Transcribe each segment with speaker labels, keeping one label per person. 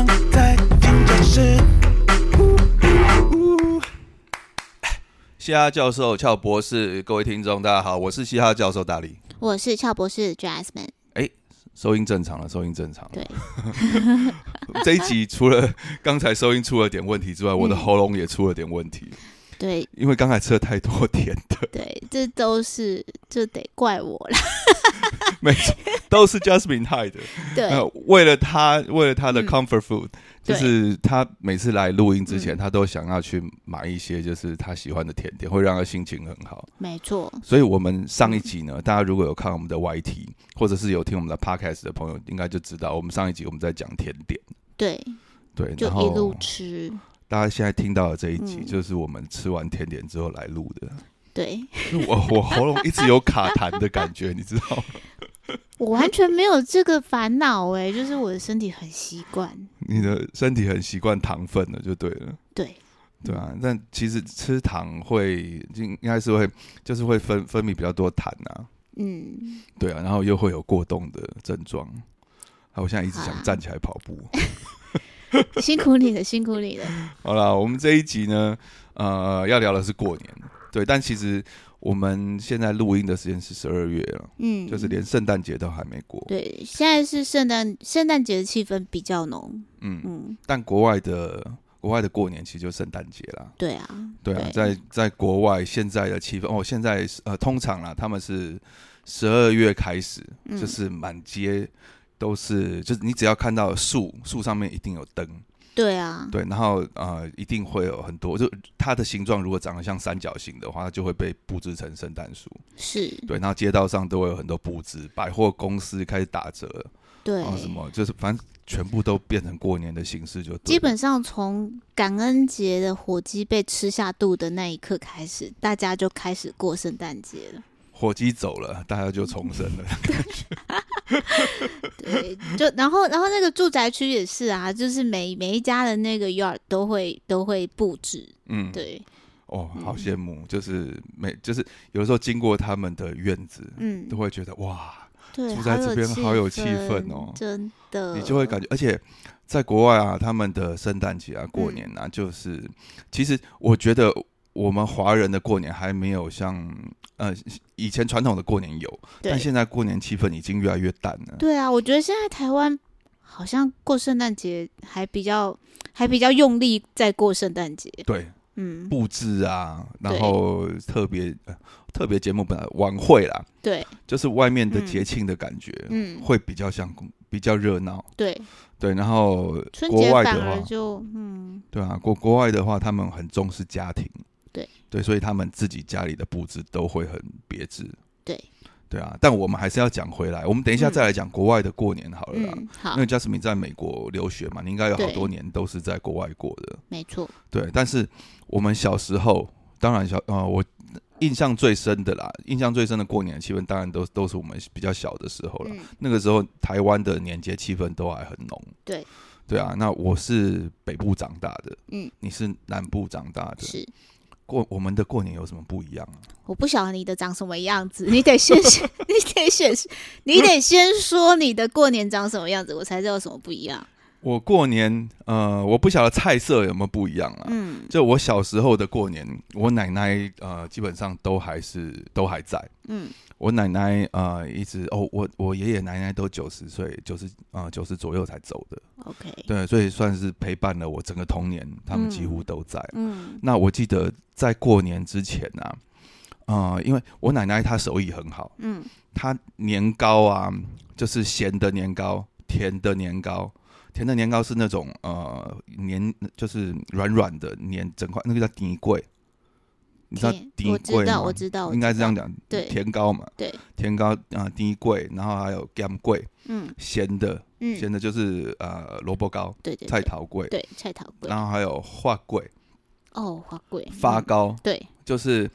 Speaker 1: 哎嘻哈教授俏博士，各位听众大家好，我是嘻哈教授大力。
Speaker 2: 我是俏博士 Jasmine。
Speaker 1: 收音正常了，收音正常了。
Speaker 2: 对，
Speaker 1: 这一集除了刚才收音出了点问题之外，我的喉咙也出了点问题，
Speaker 2: 对
Speaker 1: 因为刚才吃了太多甜的，
Speaker 2: 对，这都是这得怪我啦。
Speaker 1: 没错，都是 Jasmine 害的。
Speaker 2: 对，
Speaker 1: 呃，为了他，为了他的
Speaker 2: 嗯
Speaker 1: comfort food，、就
Speaker 2: 对嗯
Speaker 1: 是他每次来录音之前，他都想要去买一些就是他喜欢的甜点，会让他心情很好。
Speaker 2: 没错，
Speaker 1: 所以我们上一集
Speaker 2: 嗯
Speaker 1: 呢，大家如果有看我们的 YT，或者是有听我们的 podcast 的朋友，应该就知道我们上一集我们在讲甜点。
Speaker 2: 对，
Speaker 1: 对，
Speaker 2: 就
Speaker 1: 然
Speaker 2: 一路
Speaker 1: 后
Speaker 2: 吃。
Speaker 1: 大家现在听到的这一集，
Speaker 2: 嗯
Speaker 1: 就是我们吃完甜点之后来录的。
Speaker 2: 对
Speaker 1: 因为我我喉咙一直有卡痰的感觉，你知道吗？
Speaker 2: 我完全没有这个烦恼哎，就是我的身体很习惯。
Speaker 1: 你的身体很习惯糖分了，就对了。
Speaker 2: 对，
Speaker 1: 对啊，但其实吃糖会应应该是会，就是会分分泌比较多糖啊，
Speaker 2: 嗯，
Speaker 1: 对啊，然后又会有过动的症状。啊，我现在一直想
Speaker 2: 啊
Speaker 1: 站起来跑 步。
Speaker 2: 辛苦你了，辛苦你了。
Speaker 1: 好啦，我们这一集呢，呃，要聊的是过年，对，但其实我们现在录音的时间是十二月了，
Speaker 2: 嗯，
Speaker 1: 就是连圣诞节都还没过。
Speaker 2: 对，现在是圣诞，圣诞节的气氛比较浓。
Speaker 1: 嗯，
Speaker 2: 嗯，
Speaker 1: 但国外的国外的过年其实就圣诞节啦。
Speaker 2: 对啊，
Speaker 1: 对啊，在在国外现在的气氛哦，现在是呃，通常啦，他们是十二月开始，
Speaker 2: 嗯
Speaker 1: 就是满街都是，就是你只要看到树，树上面一定有灯，
Speaker 2: 对啊，
Speaker 1: 对，然后呃，一定会有很多，就它的形状如果长得像三角形的话，它就会被布置成圣诞树，
Speaker 2: 是，
Speaker 1: 对，然后街道上都会有很多布置，百货公司开始打折，
Speaker 2: 对
Speaker 1: 然后哦什么，就是反正全部都变成过年的形式就对了，
Speaker 2: 基本上从感恩节的火鸡被吃下肚的那一刻开始，大家就开始过圣诞节了。
Speaker 1: 火鸡走了，大家就重生了。
Speaker 2: 对， 就然后然后那个住宅区也是啊，就是每每一家的那个 yard 都会都会布置。
Speaker 1: 嗯，
Speaker 2: 对，
Speaker 1: 哦，好
Speaker 2: 嗯
Speaker 1: 羡慕！就是每就是有的时候经过他们的院子，
Speaker 2: 嗯
Speaker 1: 都，会觉得哇，
Speaker 2: 对，
Speaker 1: 住在这边好有气氛哦
Speaker 2: 真的，
Speaker 1: 你就会
Speaker 2: 嗯
Speaker 1: 感觉，而且在国外啊，他们的圣诞节啊、
Speaker 2: 嗯
Speaker 1: 过年啊，就是其实我觉得我们华人的过年还没有像呃以前传统的过年有，但
Speaker 2: 对
Speaker 1: 现在过年气氛已经越来越淡了。
Speaker 2: 对啊，我觉得现在台湾好像过圣诞节还比较还比较用力在过圣诞节。
Speaker 1: 对，
Speaker 2: 嗯，
Speaker 1: 布置啊，然
Speaker 2: 对
Speaker 1: 后特别、呃特别节目本来晚会啦，
Speaker 2: 对，
Speaker 1: 就是外面的
Speaker 2: 嗯
Speaker 1: 节庆的感觉，
Speaker 2: 嗯
Speaker 1: 会比较像比较热闹。
Speaker 2: 对，
Speaker 1: 对，然后
Speaker 2: 春
Speaker 1: 国
Speaker 2: 节
Speaker 1: 外
Speaker 2: 反
Speaker 1: 的
Speaker 2: 而
Speaker 1: 话，
Speaker 2: 就嗯，
Speaker 1: 对啊，国国外的话，他们很重视家庭，
Speaker 2: 对
Speaker 1: 对，所以他们自己家里的布置都会很别致，
Speaker 2: 对
Speaker 1: 对啊。但我们还是要讲回来，我们等一下
Speaker 2: 嗯
Speaker 1: 再来讲国外的过年好了啦。
Speaker 2: 嗯，好
Speaker 1: 因，为 Jasmine 在美国留学嘛，你应该有好多年都是在国外过的，
Speaker 2: 没错，
Speaker 1: 对。但是我们小时候，当然小呃，我印象最深的啦，印象最深的过年的气氛，当然都都是我们比较小的时候了。
Speaker 2: 嗯，
Speaker 1: 那个时候台湾的年节气氛都还很浓。
Speaker 2: 对，
Speaker 1: 对啊，那我是北部长大的，
Speaker 2: 嗯，
Speaker 1: 你是南部长大的，
Speaker 2: 是。
Speaker 1: 过我们的过年有什么不一样啊？
Speaker 2: 我不晓得你的长什么样子，你 得先，你得先，你得先说你的过年长什么样子，我才知道有什么不一样。
Speaker 1: 我过年，呃，我不晓得菜色有没有不一样啊。
Speaker 2: 嗯
Speaker 1: 就我小时候的过年，我奶奶呃基本上都还是都还在。
Speaker 2: 嗯，
Speaker 1: 我奶奶呃一直哦，我我爷爷奶奶都九十岁，九十呃九十左右才走的，
Speaker 2: ，OK，
Speaker 1: 对，所以算是陪伴了我整个童年，他们几乎都在。啊
Speaker 2: 嗯
Speaker 1: 那我记得在过年之前啊，呃，因为我奶奶她手艺很好，
Speaker 2: 嗯，
Speaker 1: 它年糕啊，就是咸的年糕、甜的年糕。甜的年糕是那种呃黏，就是软软的黏，整块那个叫底柜，你知道
Speaker 2: 甜
Speaker 1: 底
Speaker 2: 我
Speaker 1: 柜吗
Speaker 2: 知道，？我知道，我
Speaker 1: 应该
Speaker 2: 知
Speaker 1: 这样
Speaker 2: 道，
Speaker 1: 讲，
Speaker 2: 对
Speaker 1: 甜糕嘛，
Speaker 2: 对，
Speaker 1: 甜糕啊，底柜，然后还有干柜，
Speaker 2: 嗯
Speaker 1: 咸的，
Speaker 2: 嗯，
Speaker 1: 咸的就是呃萝卜糕、
Speaker 2: 对对
Speaker 1: 菜
Speaker 2: 对，
Speaker 1: 头柜，
Speaker 2: 对菜头贵
Speaker 1: 然后还有花柜、
Speaker 2: 哦，花贵
Speaker 1: 发，
Speaker 2: 嗯
Speaker 1: 糕，
Speaker 2: 对，
Speaker 1: 就是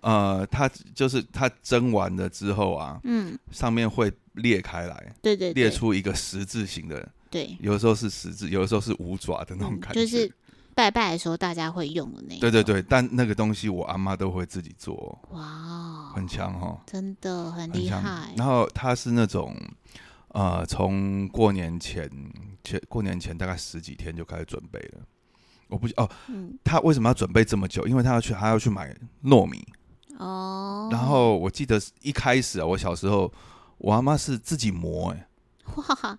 Speaker 1: 呃它就是它蒸完了之后啊，
Speaker 2: 嗯，
Speaker 1: 上面会裂开来，
Speaker 2: 对对
Speaker 1: 列
Speaker 2: 对，
Speaker 1: 出一个十字形的，
Speaker 2: 对，
Speaker 1: 有的时候是十字，有的时候是五爪的那种
Speaker 2: 嗯
Speaker 1: 感觉。
Speaker 2: 就是拜拜的时候大家会用的那一
Speaker 1: 对对
Speaker 2: 种，
Speaker 1: 对，但那个东西我阿妈都会自己做哦，
Speaker 2: 哇哦，
Speaker 1: 很强哦，
Speaker 2: 真的很
Speaker 1: 很
Speaker 2: 厉
Speaker 1: 强
Speaker 2: 害。，
Speaker 1: 然后它是那种呃，从过年前前过年前大概十几天就开始准备了，我不哦，
Speaker 2: 嗯，
Speaker 1: 他为什么要准备这么久？因为他要去，他要去买糯米。
Speaker 2: 哦，
Speaker 1: 然后我记得一开始啊，我小时候，我阿妈是自己磨、欸，
Speaker 2: 哇，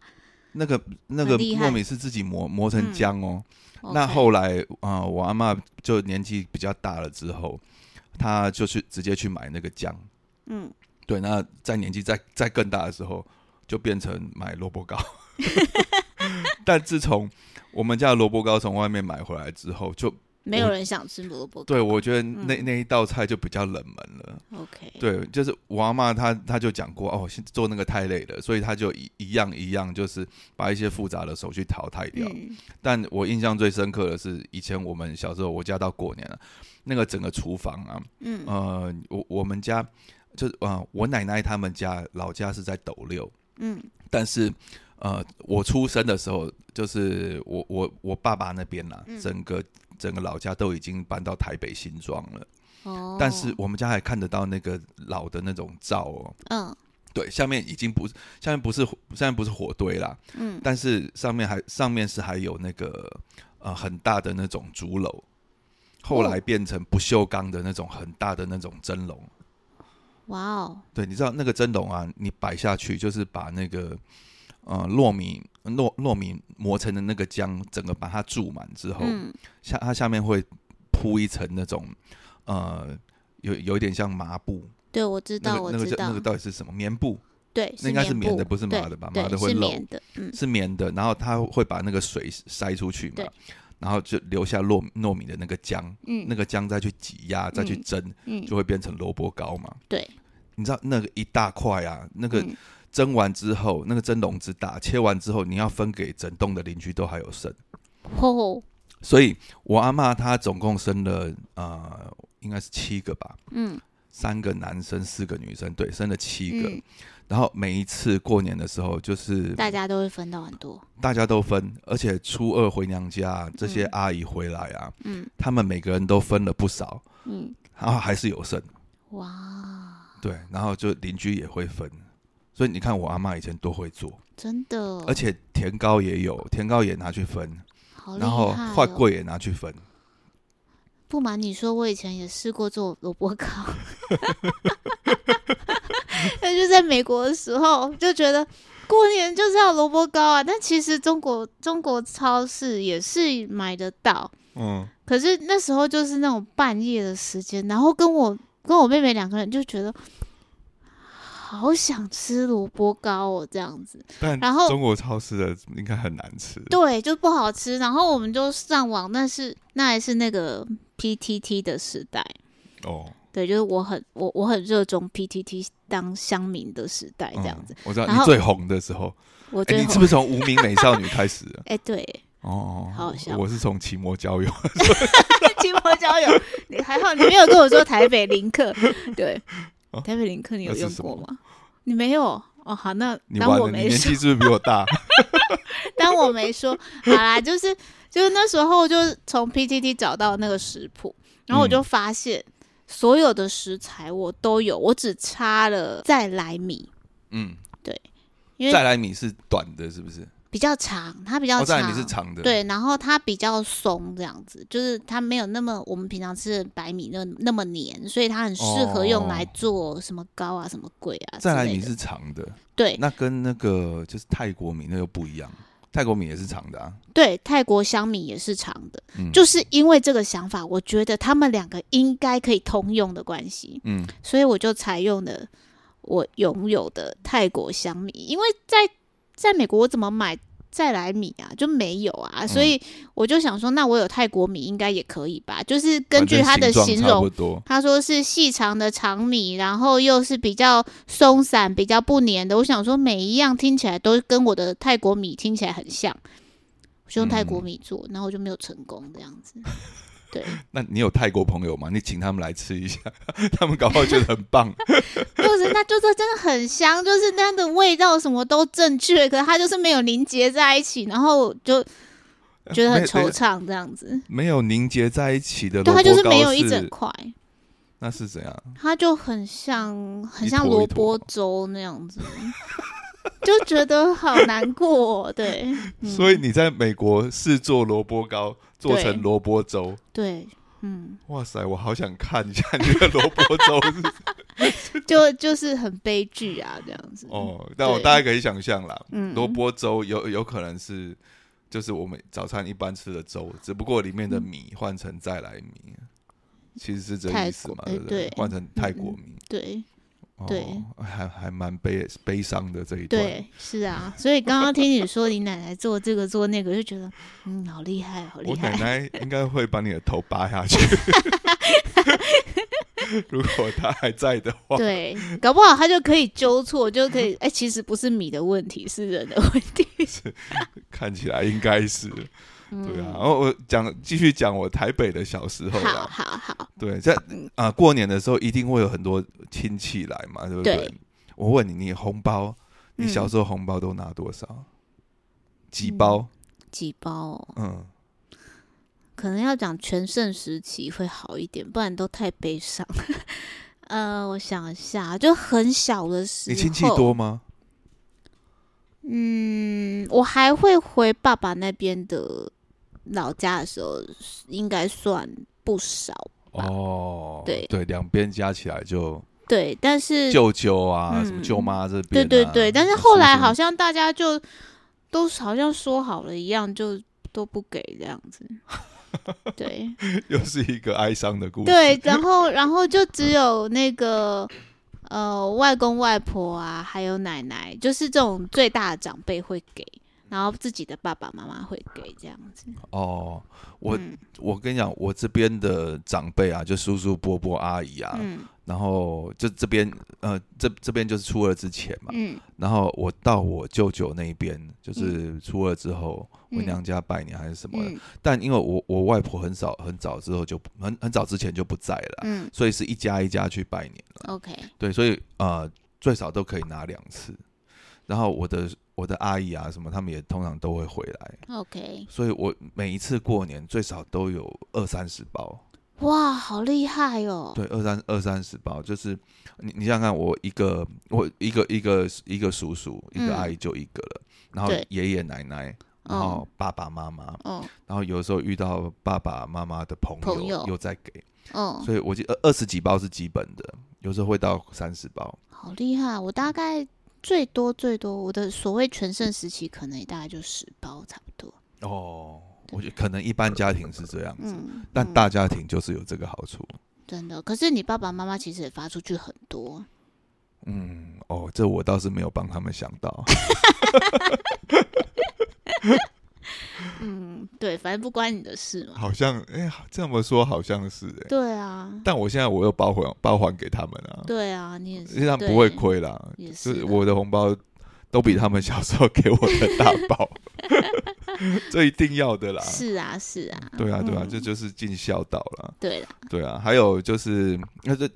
Speaker 1: 那个那个
Speaker 2: 很厉害
Speaker 1: 糯米是自己磨磨成
Speaker 2: 嗯
Speaker 1: 浆哦。那
Speaker 2: OK
Speaker 1: 后来啊、呃我阿妈就年纪比较大了之后，她就去直接去买那个姜。
Speaker 2: 嗯，
Speaker 1: 对，那在年纪再再更大的时候，就变成买萝卜糕。 但自从我们家的萝卜糕从外面买回来之后，就
Speaker 2: 没有人想吃萝卜糕
Speaker 1: 对我觉得那、
Speaker 2: 嗯
Speaker 1: 那一道菜就比较冷门了。
Speaker 2: ，OK，，
Speaker 1: 对，就是我阿妈她她就讲过哦，现做那个太累了，所以她就一一样一样，就是把一些复杂的手续淘汰掉。
Speaker 2: 嗯，
Speaker 1: 但我印象最深刻的是，以前我们小时候，我家到过年了，那个整个厨房啊，
Speaker 2: 嗯，
Speaker 1: 呃，我我们家就是啊、呃我奶奶他们家老家是在斗六，
Speaker 2: 嗯，
Speaker 1: 但是呃，我出生的时候，就是我我我爸爸那边啦、
Speaker 2: 嗯
Speaker 1: 整个整个老家都已经搬到台北新庄了，
Speaker 2: 哦，
Speaker 1: 但是，我们家还看得到那个老的那种灶哦，
Speaker 2: 嗯
Speaker 1: 对，下面已经不是下面不是下面不是火堆啦，
Speaker 2: 嗯，
Speaker 1: 但是上面还上面是还有那个呃很大的那种竹篓，后来变成不锈钢的那种很大的那种蒸笼。
Speaker 2: 哇哦，
Speaker 1: 对，你知道那个蒸笼啊，你摆下去就是把那个呃糯米糯糯米磨成的那个浆，整个把它注满之后，
Speaker 2: 嗯，
Speaker 1: 下它下面会铺一层那种呃有有一点像麻布，
Speaker 2: 对，我知
Speaker 1: 那
Speaker 2: 道，
Speaker 1: 个
Speaker 2: 我
Speaker 1: 那个
Speaker 2: 知
Speaker 1: 叫
Speaker 2: 道
Speaker 1: 那个，到底是什么棉布？
Speaker 2: 对，
Speaker 1: 那应该是棉
Speaker 2: 棉
Speaker 1: 的
Speaker 2: 布
Speaker 1: 不是麻
Speaker 2: 对
Speaker 1: 的吧
Speaker 2: 对
Speaker 1: 麻的会
Speaker 2: 是
Speaker 1: 漏
Speaker 2: 棉的，嗯，
Speaker 1: 是棉的，然后它会把那个水筛出去嘛
Speaker 2: 对，
Speaker 1: 然后就留下糯糯米的那个浆，
Speaker 2: 嗯，
Speaker 1: 那个浆再去挤压，再去
Speaker 2: 嗯
Speaker 1: 蒸，
Speaker 2: 嗯，
Speaker 1: 就会变成萝卜糕嘛。
Speaker 2: 对，嗯
Speaker 1: 你知道那个一大块啊，那
Speaker 2: 那
Speaker 1: 个蒸完之后，那个蒸笼之大，切完之后你要分给整栋的邻居都还有剩，
Speaker 2: 哦，
Speaker 1: 所以我阿嬷她总共生了呃，应该是七个吧，
Speaker 2: 嗯，
Speaker 1: 三个男生，四个女生，对，生了七个。
Speaker 2: 嗯，
Speaker 1: 然后每一次过年的时候，就是
Speaker 2: 大家都会分到很多，
Speaker 1: 大家都分，而且初二回娘家，这些
Speaker 2: 嗯
Speaker 1: 阿姨回来啊，
Speaker 2: 嗯
Speaker 1: 他们每个人都分了不少，
Speaker 2: 嗯，
Speaker 1: 然后还是有剩，
Speaker 2: 哇，
Speaker 1: 对，然后就邻居也会分，所以你看我阿妈以前多会做，
Speaker 2: 真的，
Speaker 1: 而且甜糕也有，甜糕也拿去分，
Speaker 2: 好厉
Speaker 1: 然后
Speaker 2: 害
Speaker 1: 画
Speaker 2: 哦
Speaker 1: 柜也拿去分，
Speaker 2: 不瞒你说，我以前也试过做萝卜糕， 那就在美国的时候就觉得过年就是要萝卜糕啊，但其实中国中国超市也是买得到，
Speaker 1: 嗯，
Speaker 2: 可是那时候就是那种半夜的时间，然后跟我跟我妹妹两个人就觉得好想吃萝卜糕哦，这样子，
Speaker 1: 但
Speaker 2: 然后
Speaker 1: 嗯中国超市的应该很难吃，
Speaker 2: 对，就不好吃，然后我们就上网，那是那还是那个 PTT 的时代。
Speaker 1: 哦，
Speaker 2: 对，就是我很我我很热衷 PTT 当乡民的时代哎这样子，
Speaker 1: 我知道
Speaker 2: 然
Speaker 1: 你
Speaker 2: 后
Speaker 1: 最红的时候，
Speaker 2: 我
Speaker 1: 嗯哎，
Speaker 2: 最
Speaker 1: 你
Speaker 2: 后？
Speaker 1: 是不是从无名美少女开始的
Speaker 2: 哎、对，
Speaker 1: 哦，
Speaker 2: 好好笑
Speaker 1: 我是从奇摩交友，
Speaker 2: 亲朋交友，你还好，你没有跟我说台北林克，对，
Speaker 1: 哦
Speaker 2: 台北林克你有
Speaker 1: 那是
Speaker 2: 用
Speaker 1: 什
Speaker 2: 过
Speaker 1: 么
Speaker 2: 吗？你没有哦，好，那
Speaker 1: 你
Speaker 2: 当
Speaker 1: 完
Speaker 2: 我
Speaker 1: 了，你
Speaker 2: 没
Speaker 1: 年
Speaker 2: 说，
Speaker 1: 纪是不是比我大？
Speaker 2: 当我没说， 好啦，就是就是那时候就是从 PTT 找到那个食谱，然后我
Speaker 1: 嗯
Speaker 2: 就发现。所有的食材我都有，我只差了再来米，
Speaker 1: 嗯，
Speaker 2: 因为
Speaker 1: 再来米是短的，是不是？
Speaker 2: 比较长，它比较
Speaker 1: 哦，再来
Speaker 2: 长。
Speaker 1: 米是长的，，
Speaker 2: 对，啊然后它比较松，这样子，就是它没有那么我们平常吃的白米那那么黏，所以它很适合用来
Speaker 1: 哦
Speaker 2: 做什么糕啊、什么桂啊之
Speaker 1: 再来
Speaker 2: 类
Speaker 1: 米
Speaker 2: 的。
Speaker 1: 是长的，
Speaker 2: 对
Speaker 1: 那跟那个就是泰国米那又不一样，泰国米也是长的啊，
Speaker 2: 对，泰国香米也是长的，
Speaker 1: 嗯，
Speaker 2: 就是因为这个想法，我觉得他们两个应该可以通用的关系，
Speaker 1: 嗯
Speaker 2: 所以我就采用了我拥有的泰国香米，因为在在美国我怎么买？再来米啊，就没有啊，所
Speaker 1: 嗯
Speaker 2: 以我就想说，那我有泰国米应该也可以吧？就是根据它
Speaker 1: 反
Speaker 2: 的
Speaker 1: 正
Speaker 2: 形
Speaker 1: 形状差
Speaker 2: 容
Speaker 1: 不，多，
Speaker 2: 他说是细长的长米，然后又是比较松散、比较不粘的。我想说每一样听起来都跟我的泰国米听起来很像，我就用泰国
Speaker 1: 嗯
Speaker 2: 米做，然后我就没有成功这样子。 对，
Speaker 1: 那你有泰国朋友吗？你请他们来吃一下， 他们搞不好觉得很棒。
Speaker 2: 就是那就是真的很香，就是那的味道什么都正确，可是它就是没有凝结在一起，然后我就觉得很
Speaker 1: 没
Speaker 2: 惆怅这样子。
Speaker 1: 没有凝结在一起的
Speaker 2: 对，
Speaker 1: 萝
Speaker 2: 它
Speaker 1: 卜
Speaker 2: 就是
Speaker 1: 糕
Speaker 2: 没有一整块，
Speaker 1: 那是怎样？
Speaker 2: 它就很像很
Speaker 1: 一
Speaker 2: 像
Speaker 1: 坨一
Speaker 2: 萝
Speaker 1: 坨
Speaker 2: 卜粥那样子， 就 觉得好难过哦、对，嗯
Speaker 1: 所以你在美国试做萝卜糕，做
Speaker 2: 对
Speaker 1: 成萝卜粥。
Speaker 2: 对，嗯，
Speaker 1: 哇塞，我好想看一下你的萝卜粥是
Speaker 2: 就就是很悲剧啊，这样子。
Speaker 1: 哦，但我
Speaker 2: 对
Speaker 1: 大概可以想象啦，
Speaker 2: 嗯，
Speaker 1: 萝卜粥有有可能是就是我们早餐一般吃的粥，只不过里面的米换成再来米，其实是这个意思嘛，
Speaker 2: 泰国哎
Speaker 1: 对不对？
Speaker 2: 对
Speaker 1: 换成泰国米，
Speaker 2: 对
Speaker 1: 哦
Speaker 2: 对，
Speaker 1: 还还蛮悲悲伤的这一段。
Speaker 2: 对，是啊。所以刚刚听你说你奶奶做这个做那个，就觉得嗯，好厉害，好厉
Speaker 1: 我
Speaker 2: 害
Speaker 1: 奶。奶应该会把你的头拔下去， 如果她还在的话。
Speaker 2: 对，搞不好他就可以纠错，就可以哎、其实不是米的问题，是人的问题。
Speaker 1: 看起来应该是
Speaker 2: 嗯、
Speaker 1: 对啊。然后我讲继续讲我台北的小时候
Speaker 2: 好
Speaker 1: 啦，
Speaker 2: 好好，
Speaker 1: 对，在啊、过年的时候一定会有很多亲戚来嘛，对不对？
Speaker 2: 对
Speaker 1: 我问你，你红包，你小
Speaker 2: 嗯
Speaker 1: 时候红包都拿多少？几包？
Speaker 2: 几包、哦，
Speaker 1: 嗯，
Speaker 2: 可能要讲全盛时期会好一点，不然都太悲伤。 呃，我想一下，就很小的时候，
Speaker 1: 你亲戚多吗？
Speaker 2: 嗯，我还会回爸爸那边的老家的时候，应该算不少。
Speaker 1: 哦，
Speaker 2: 啊对
Speaker 1: 对，两边加起来就
Speaker 2: 对，但是
Speaker 1: 舅舅啊，
Speaker 2: 嗯
Speaker 1: 什么舅妈这边、
Speaker 2: 对
Speaker 1: 啊，
Speaker 2: 对对，但是后来好
Speaker 1: 像
Speaker 2: 像大家就都好像说好了一样，就都不给这样 子。对
Speaker 1: 又是 一个哀伤的故事。
Speaker 2: 对，然后然后就只有那个呃外公外婆啊，还有奶奶，就是这种最大的长辈会给，然后自己的爸爸妈妈会给这样子。
Speaker 1: 哦，我、
Speaker 2: 嗯
Speaker 1: 我跟你讲，我这边的长辈啊，就叔叔、伯伯、阿姨啊，
Speaker 2: 嗯
Speaker 1: 然后就这边呃，这这边就是初二之前嘛，
Speaker 2: 嗯
Speaker 1: 然后我到我舅舅那一边，就是初二之后回
Speaker 2: 嗯
Speaker 1: 娘家拜年还是什么啊的。
Speaker 2: 嗯
Speaker 1: 但因为我我外婆很少很早之后就不很很早之前就不在了啊、
Speaker 2: 嗯
Speaker 1: 所以是一家一家去拜年了。
Speaker 2: ，OK，
Speaker 1: 对，所以呃最少都可以拿两次。然后我的我的阿姨啊什么，他们也通常都会回来，
Speaker 2: OK，
Speaker 1: 所以我每一次过年最少都有二三十包。
Speaker 2: 哇，好厉害哦！
Speaker 1: 对，二三二三十包，就是你你想想看，我一个我一个一个一个叔叔，一个
Speaker 2: 嗯
Speaker 1: 阿姨就一个了，然后
Speaker 2: 对哦
Speaker 1: 爷爷奶奶，然后爸爸妈妈，
Speaker 2: 嗯
Speaker 1: 然后有的时候遇到爸爸妈妈的朋
Speaker 2: 朋友
Speaker 1: 又在给，
Speaker 2: 嗯，
Speaker 1: 所以我记得二十几包是基本的，有时候会到三十包。
Speaker 2: 好厉害！我大概最多最多，我的所谓全盛时期可能也大概就十包差不多。
Speaker 1: 哦，我觉得可能一般家庭是这样子，
Speaker 2: 嗯，
Speaker 1: 但
Speaker 2: 嗯
Speaker 1: 大家庭就是有这个好处。
Speaker 2: 真的，可是你爸爸妈妈其实也发出去很多，
Speaker 1: 嗯，哦，这我倒是没有帮他们想到。
Speaker 2: 嗯，对，反正不关你的事嘛。
Speaker 1: 好像哎、这么说好像是哎、
Speaker 2: 对啊，
Speaker 1: 但我现在我又包还包还给他们啊，
Speaker 2: 对啊，你也
Speaker 1: 实际
Speaker 2: 是，
Speaker 1: 上不会
Speaker 2: 对，
Speaker 1: 亏啦，
Speaker 2: 也啊
Speaker 1: 就是是
Speaker 2: 的
Speaker 1: 我的红包都比他们小时候给我的大 包，这一定要的啦。
Speaker 2: 是啊是啊，
Speaker 1: 对啊，对啊，
Speaker 2: 嗯
Speaker 1: 这就是尽孝道啦。
Speaker 2: 对啦，
Speaker 1: 对啊，还有就是那这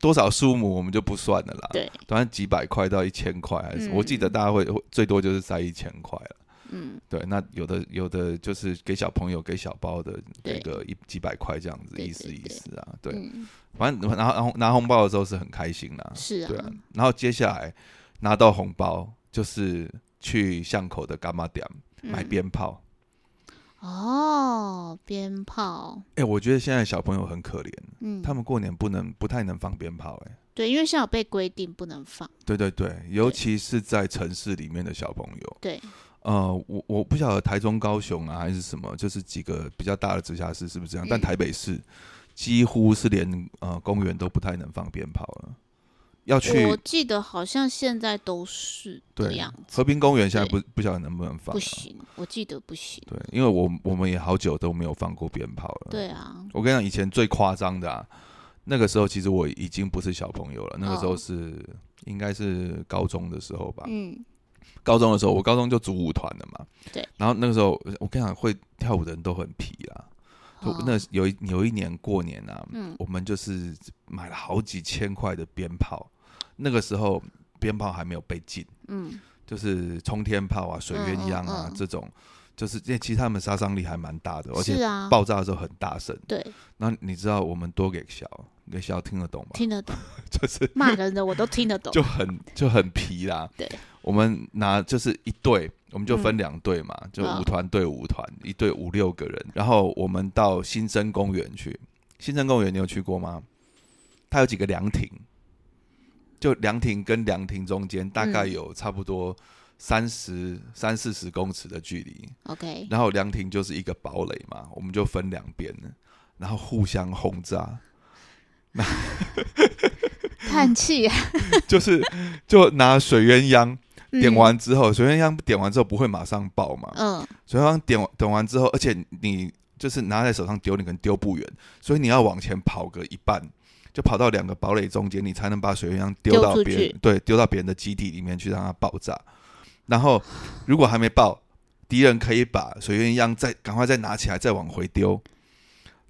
Speaker 1: 多少数目我们就不算了啦，
Speaker 2: 对，
Speaker 1: 反正几百块到一千块还是，
Speaker 2: 嗯
Speaker 1: 我记得大家会会最多就是塞一千块了。
Speaker 2: 嗯，
Speaker 1: 对，那有的有的就是给小朋友给小包的，给
Speaker 2: 对
Speaker 1: 个一几百块这样子，
Speaker 2: 对
Speaker 1: 意思
Speaker 2: 对
Speaker 1: 意
Speaker 2: 对
Speaker 1: 思啊。对，
Speaker 2: 嗯
Speaker 1: 反正拿拿拿红包的时候是很开心啦。
Speaker 2: 是
Speaker 1: 对啊
Speaker 2: 啊，，
Speaker 1: 然后接下来拿到红包就是去巷口的干妈店买
Speaker 2: 嗯
Speaker 1: 鞭炮。
Speaker 2: 啊哦，鞭炮，
Speaker 1: 哎、我觉得现在小朋友很可怜，
Speaker 2: 嗯，
Speaker 1: 他们过年不能不太能放鞭炮、哎，
Speaker 2: 对，因为现在有被规定不能放，
Speaker 1: 对对对，尤其是在城市里面的小朋友。
Speaker 2: 对，
Speaker 1: 呃，我我不晓得台中、高雄啊还是什么，就是几个比较大的直辖市是不是这样？
Speaker 2: 嗯
Speaker 1: 但台北市几乎是连呃公园都不太能放鞭炮了，要去
Speaker 2: 我记得好像现在都是这
Speaker 1: 对
Speaker 2: 样子，
Speaker 1: 和平公园现在不不晓得能不能放、
Speaker 2: 不
Speaker 1: 啊。
Speaker 2: 行，我记得不行。
Speaker 1: 对，因为我我们也好久都没有放过鞭炮了。，
Speaker 2: 对啊，
Speaker 1: 我跟你讲，以前最夸张的啊，那个时候其实我已经不是小朋友了，那个时候
Speaker 2: 哦
Speaker 1: 是、应该是高中的时候吧。
Speaker 2: 嗯，
Speaker 1: 高中的时候，我高中就组舞团了嘛。
Speaker 2: 对。
Speaker 1: 然后那个时候，我跟你讲，会跳舞的人都很皮啦。就
Speaker 2: 哦
Speaker 1: 那有一有一年过年啊，
Speaker 2: 嗯
Speaker 1: 我们就是买了好几千块的鞭炮，那个时候鞭炮还没有被禁。
Speaker 2: 嗯
Speaker 1: 就是冲天炮啊、水鸳鸯啊、
Speaker 2: 嗯嗯
Speaker 1: 这种，就是因为其实他们杀伤力还蛮大的，而
Speaker 2: 是
Speaker 1: 且
Speaker 2: 啊，
Speaker 1: 爆炸的时候很大声。
Speaker 2: 对，
Speaker 1: 然后你知道我们多给小给小听得懂吗？
Speaker 2: 听得懂，
Speaker 1: 就是
Speaker 2: 骂人的我都听得懂。
Speaker 1: 就很就很皮啦。
Speaker 2: 对，
Speaker 1: 我们拿就是一对，我们就分两队嘛，
Speaker 2: 嗯
Speaker 1: 就五团对五团，一队五六个人。然后我们到新生公园去。新生公园你有去过吗？它有几个凉亭，就凉亭跟凉亭中间大概
Speaker 2: 嗯
Speaker 1: 有差不多三十三四十公尺的距离。
Speaker 2: ，OK，
Speaker 1: 然后凉亭就是一个堡垒嘛，我们就分两边，然后互相轰炸。
Speaker 2: 叹气啊，
Speaker 1: 就是 就拿水鸳鸯
Speaker 2: 嗯
Speaker 1: 点，完之后，水鸳鸯点完之后不会马上爆嘛？
Speaker 2: 嗯，
Speaker 1: 水鸳鸯点完点完之后，而且你就是拿在手上丢，你可能丢不远，所以你要往前跑个一半，就跑到两个堡垒中间，你才能把水鸳鸯丢
Speaker 2: 丢
Speaker 1: 到
Speaker 2: 出
Speaker 1: 别
Speaker 2: 去
Speaker 1: 人对丢到别人的基地里面去让它爆炸。然后如果还没爆，敌人可以把水鸳鸯再赶快再拿起来，再往回丢。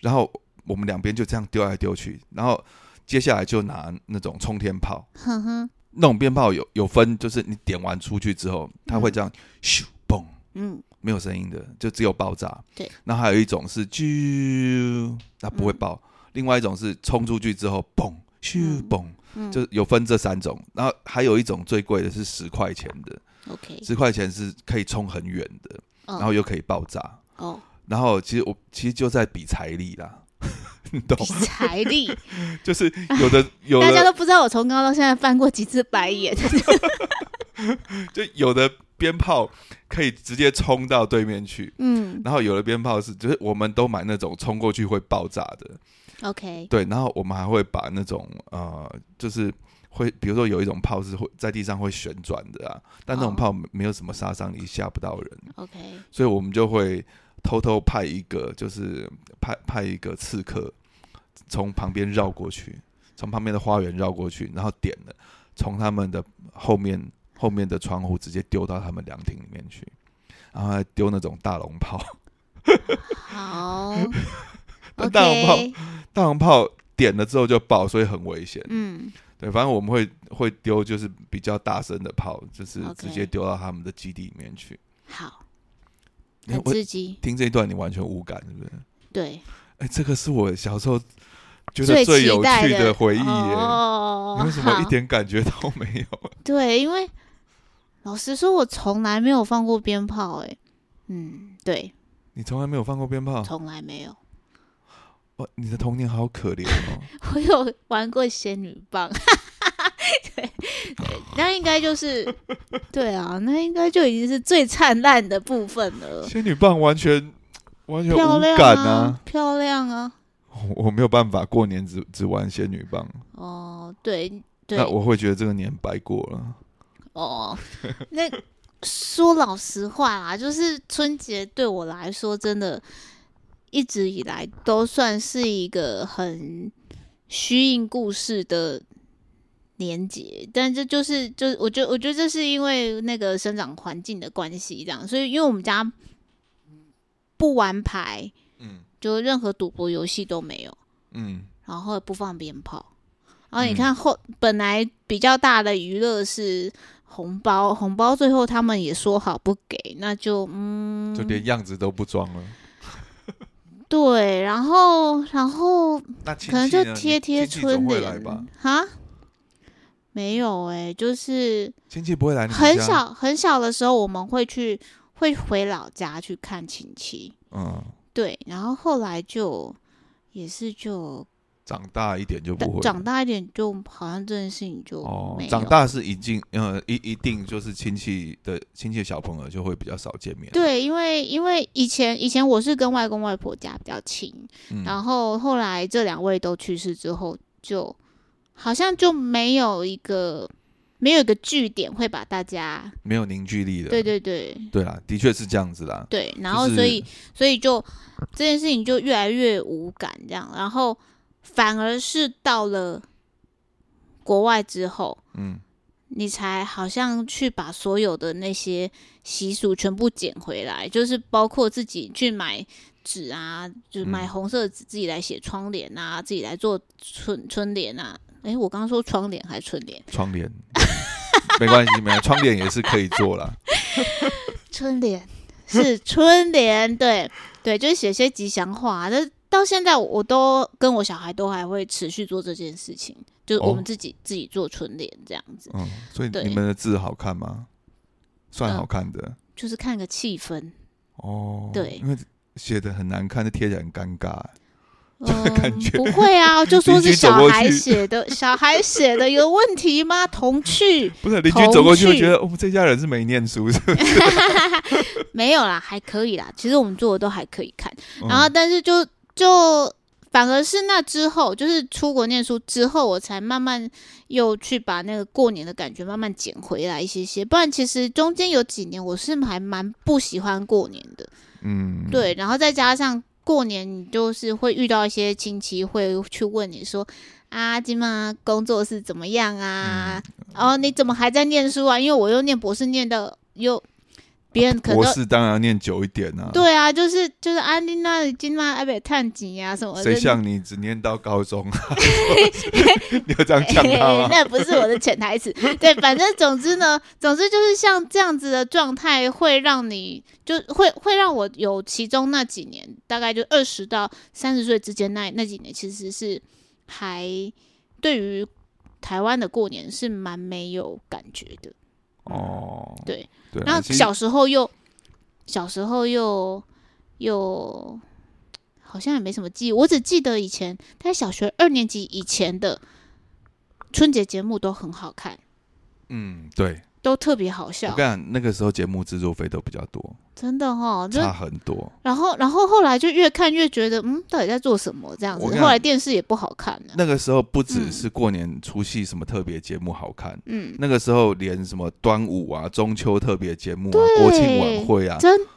Speaker 1: 然后我们两边就这样丢来丢去，然后接下来就拿那种冲天炮。
Speaker 2: 哼哼，
Speaker 1: 那种鞭炮有有分，就是你点完出去之后，它会这样咻嘣，
Speaker 2: 嗯，
Speaker 1: 没有声音的，就只有爆炸。
Speaker 2: 对，
Speaker 1: 然后还有一种是啾，它不会爆；另外一种是冲出去之后砰咻
Speaker 2: 嗯
Speaker 1: 嘣，
Speaker 2: 嗯
Speaker 1: 就是有分这三种。然后还有一种最贵的是十块钱的，
Speaker 2: OK，
Speaker 1: 十块钱是可以冲很远的，
Speaker 2: 然
Speaker 1: 然后又可以爆炸。
Speaker 2: 嗯哦，
Speaker 1: 然后其实我其实就在比财力啦， 你懂
Speaker 2: 比？财力，
Speaker 1: 就是有的有
Speaker 2: 大家
Speaker 1: 的
Speaker 2: 都不知道我从高到现在翻过几次白眼，
Speaker 1: 就有的鞭炮可以直接冲到对面去。
Speaker 2: 嗯
Speaker 1: 然后有的鞭炮是，就是我们都买那种冲过去会爆炸的，
Speaker 2: ，OK，
Speaker 1: 对。然后我们还会把那种呃，就是会，比如说有一种炮是会在地上会旋转的啊，但那种
Speaker 2: 哦
Speaker 1: 炮没有什么杀伤力，吓不到人，
Speaker 2: OK，
Speaker 1: 所以我们就会偷偷派一个，就是派派一个刺客从旁边绕过去，从旁边的花园绕过去，然后点了，从他们的后面后面的窗户直接丢到他们凉亭里面去，然后还丢那种大龙炮。
Speaker 2: 好
Speaker 1: 那大红
Speaker 2: ，OK，
Speaker 1: 大洋炮点了之后就爆，所以很危险。
Speaker 2: 嗯
Speaker 1: 对，反正我们会会丢，就是比较大声的炮，就是
Speaker 2: OK
Speaker 1: 直接丢到他们的基地里面去。
Speaker 2: 好，
Speaker 1: 哎
Speaker 2: 很
Speaker 1: 我
Speaker 2: 刺激，
Speaker 1: 听这一段你完全无感，是不是？
Speaker 2: 对，
Speaker 1: 哎、这个是我小时候觉得
Speaker 2: 最
Speaker 1: 最有
Speaker 2: 期待
Speaker 1: 趣的回忆耶、
Speaker 2: 哦
Speaker 1: 你为什么一
Speaker 2: 好
Speaker 1: 点感觉都没有？
Speaker 2: 对，因为老实说，我从来没有放过鞭炮、欸，嗯，对，
Speaker 1: 你从来没有放过鞭炮？
Speaker 2: 从来没有。
Speaker 1: 哇，你的童年好可怜哦。
Speaker 2: 我有玩过仙女棒， 对，对那应 该就是，对啊，那应该就已经是最灿烂的部分了，
Speaker 1: 仙女棒完全完全
Speaker 2: 漂
Speaker 1: 无
Speaker 2: 亮
Speaker 1: 感
Speaker 2: 啊，漂亮啊，
Speaker 1: 我我没有办法过年只只玩仙女棒，
Speaker 2: 哦，对对
Speaker 1: 那，我会觉得这个年白过了。
Speaker 2: 哦，那说老实话啦，就是春节对我来说，真的一直以来都算是一个很虚应故事的年节，但这就是就我觉得我觉得这是因为那个生长环境的关系，这样，所以因为我们家不玩牌，
Speaker 1: 嗯
Speaker 2: 就任何赌博游戏都没有。
Speaker 1: 嗯
Speaker 2: 然后不放鞭炮。然后你
Speaker 1: 嗯
Speaker 2: 看后、本来比较大的娱乐是红包，红包最后他们也说好不给，那就嗯，
Speaker 1: 就连样子都不装了。
Speaker 2: 对，然后然后
Speaker 1: 那亲戚
Speaker 2: 可能就
Speaker 1: 呢
Speaker 2: 贴
Speaker 1: 你亲
Speaker 2: 贴
Speaker 1: 戚总
Speaker 2: 春
Speaker 1: 会来
Speaker 2: 联
Speaker 1: 吧？
Speaker 2: 哈。没有哎、就是
Speaker 1: 亲戚不会来你们
Speaker 2: 很
Speaker 1: 家，
Speaker 2: 小很小的时候，我们会去会回老家去看亲戚，
Speaker 1: 嗯，
Speaker 2: 对，然后后来就也是就
Speaker 1: 长大一点就不会。
Speaker 2: 长大一点，就好像这件事情就
Speaker 1: 哦
Speaker 2: 没，有
Speaker 1: 长大是一定，呃，一一定就是亲戚的亲戚小朋友就会比较少见面。，
Speaker 2: 对，因为因为以前以前我是跟外公外婆家比较亲，
Speaker 1: 嗯，
Speaker 2: 然后后来这两位都去世之后，就好像就没有一个没有一个据点会把大家，
Speaker 1: 没有凝聚力的。
Speaker 2: 对对对
Speaker 1: 对啦，的确是这样子啦。
Speaker 2: 对，然
Speaker 1: 就
Speaker 2: 后所
Speaker 1: 是
Speaker 2: 以所以就这件事情就越来越无感这样，然后反而是到了国外之后，
Speaker 1: 嗯，
Speaker 2: 你才好像去把所有的那些习俗全部捡回来，就是包括自己去买纸啊，就是买
Speaker 1: 嗯
Speaker 2: 红色的纸自己来写窗帘啊，自己来做春春联啊。诶，我刚刚说窗帘还是春联？
Speaker 1: 窗 帘没关系，没关系，窗帘也是可以做啦。
Speaker 2: 春联 是春联，对对，就是写些吉祥话、啊。但到现在我都跟我小孩都还会持续做这件事情，就是我
Speaker 1: 哦
Speaker 2: 们自己、自己做春联这样子。
Speaker 1: 嗯，所以
Speaker 2: 对
Speaker 1: 你们的字好看吗？算
Speaker 2: 嗯
Speaker 1: 好看的，
Speaker 2: 就是看个气氛，
Speaker 1: 哦，
Speaker 2: 对
Speaker 1: 因为写的很难看，就贴起来很尴尬。感
Speaker 2: 嗯，
Speaker 1: 觉
Speaker 2: 不会啊， 就说
Speaker 1: 邻
Speaker 2: 是
Speaker 1: 居走
Speaker 2: 小
Speaker 1: 过
Speaker 2: 孩
Speaker 1: 去
Speaker 2: 写的，小孩写的有问题吗？童趣
Speaker 1: 不是邻居
Speaker 2: 童
Speaker 1: 走过去会
Speaker 2: 趣
Speaker 1: 觉得，我哦们这家人是没念书，是不是？
Speaker 2: 没有啦， 还可以啦。其实我们做的都还可以看，
Speaker 1: 嗯
Speaker 2: 然后但是就就反而是那之后，就是出国念书之后，我才慢慢又去把那个过年的感觉慢慢捡回来一些些。不然其实中间有几年我是还蛮不喜欢过年的，
Speaker 1: 嗯，
Speaker 2: 对，然后再加上过年，你就是会遇到一些亲戚会去问你说。啊，今嘛工作是怎么样啊？
Speaker 1: 嗯
Speaker 2: 哦，你怎么还在念书啊？因为我又念博士，念到又别人可能
Speaker 1: 博
Speaker 2: 都
Speaker 1: 士啊当然要念久一点啊。，
Speaker 2: 对啊，就是就是安妮那今嘛阿北探景啊什么的，
Speaker 1: 谁像你只念到高中 啊？你有这样呛他吗？
Speaker 2: 那不是我的 潜台词。对，反正总之呢，总之就是像这样子的状态，会让你就会会让我有其中那几年，大概就二十到三十岁之间那那几年，其实是还对于台湾的过年是蛮没有感觉的。
Speaker 1: 哦，
Speaker 2: 对
Speaker 1: 对啊，
Speaker 2: 然后
Speaker 1: 其实
Speaker 2: 小时候又小时候又又好像也没什么记忆，我只记得以前在小学二年级以前的春节节目都很好看，
Speaker 1: 嗯，对，
Speaker 2: 都特别好
Speaker 1: 我
Speaker 2: 笑
Speaker 1: 跟你，讲，那个时候节目制作费都比较多，
Speaker 2: 真的哦。就
Speaker 1: 差很多。
Speaker 2: 然后然后后来就越看越觉得，嗯，到底在做什么这样子
Speaker 1: 我跟？你
Speaker 2: 后来
Speaker 1: 讲
Speaker 2: 电视也不好看了，
Speaker 1: 那个时候不
Speaker 2: 嗯
Speaker 1: 只是过年除夕什么特别节目好看，
Speaker 2: 嗯，
Speaker 1: 那个时候连什么端午啊、中秋特别节目啊、国庆晚会啊，
Speaker 2: 真的。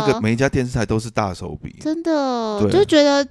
Speaker 1: 那个每一家电视台都是大手笔。
Speaker 2: 真的，
Speaker 1: 对啊
Speaker 2: 就觉得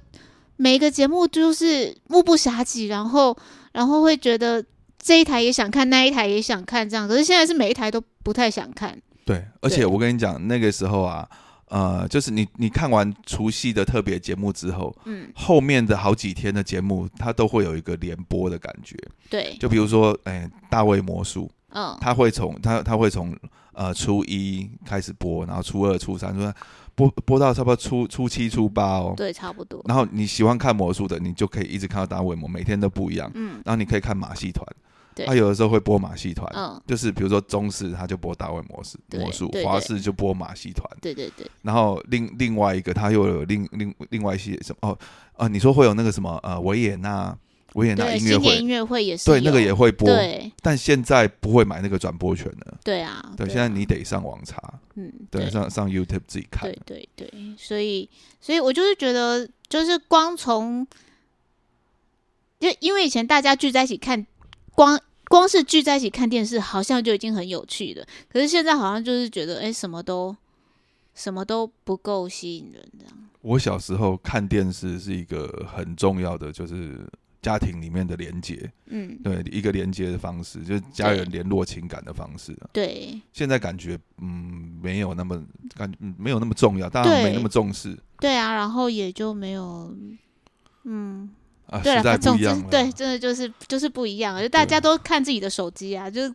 Speaker 2: 每一个节目就是目不暇给，然后然后会觉得这一台也想看，那一台也想看，这样。可是现在是每一台都不太想看，
Speaker 1: 对，而且我跟你讲，那个时候啊，呃，就是你你看完除夕的特别节目之后，
Speaker 2: 嗯，
Speaker 1: 后面的好几天的节目，它都会有一个连播的感觉。
Speaker 2: 对，
Speaker 1: 就比如说，哎、大卫魔术，
Speaker 2: 嗯，
Speaker 1: 它会从它它会从呃初一开始播，然后初二、初三、初三播播到差不多初初七、初八哦。
Speaker 2: 对，差不多，
Speaker 1: 然后你喜欢看魔术的，你就可以一直看到大卫魔，每天都不一样。
Speaker 2: 嗯
Speaker 1: 然后你可以看马戏团，
Speaker 2: 对
Speaker 1: 他有的时候会播马戏团，
Speaker 2: 嗯，
Speaker 1: 就是比如说中式他就播大卫魔术，
Speaker 2: 对
Speaker 1: 魔术
Speaker 2: 对
Speaker 1: 华
Speaker 2: 对
Speaker 1: 式就播马戏团，
Speaker 2: 对对对，
Speaker 1: 然后另另外一个他又有另另另外一些什么哦呃，你说会有那个什么呃维也纳维也纳
Speaker 2: 对，
Speaker 1: 音乐
Speaker 2: 新年
Speaker 1: 会
Speaker 2: 音，乐会也是，
Speaker 1: 对那个也，会播，
Speaker 2: 对
Speaker 1: 但现在不会买那个转播权了，
Speaker 2: 对啊，
Speaker 1: 对，
Speaker 2: 啊
Speaker 1: 现在你得上网查，
Speaker 2: 嗯，
Speaker 1: 对，上上 YouTube 自己看
Speaker 2: 对，对对，所以所以我就是觉得，就是光从，就因为以前大家聚在一起看，光光是聚在一起看电视，好像就已经很有趣了。可是现在好像就是觉得，哎、什么都什么都不够吸引人，这样。
Speaker 1: 我小时候看电视是一个很重要的，就是家庭里面的连接，
Speaker 2: 嗯，
Speaker 1: 对一个连接的方式，就是家人联络情感的方式啊。
Speaker 2: 对
Speaker 1: 现在感觉嗯没有那么感嗯没有那么重要，大家没那么重视
Speaker 2: 对啊，然后也就没有，嗯，
Speaker 1: 啊，
Speaker 2: 对
Speaker 1: 时代
Speaker 2: 了，
Speaker 1: 不
Speaker 2: 总
Speaker 1: 一样
Speaker 2: 之
Speaker 1: 了。啊
Speaker 2: 对，真的就是就是不一样了，就大家都看自己的手机啊，就是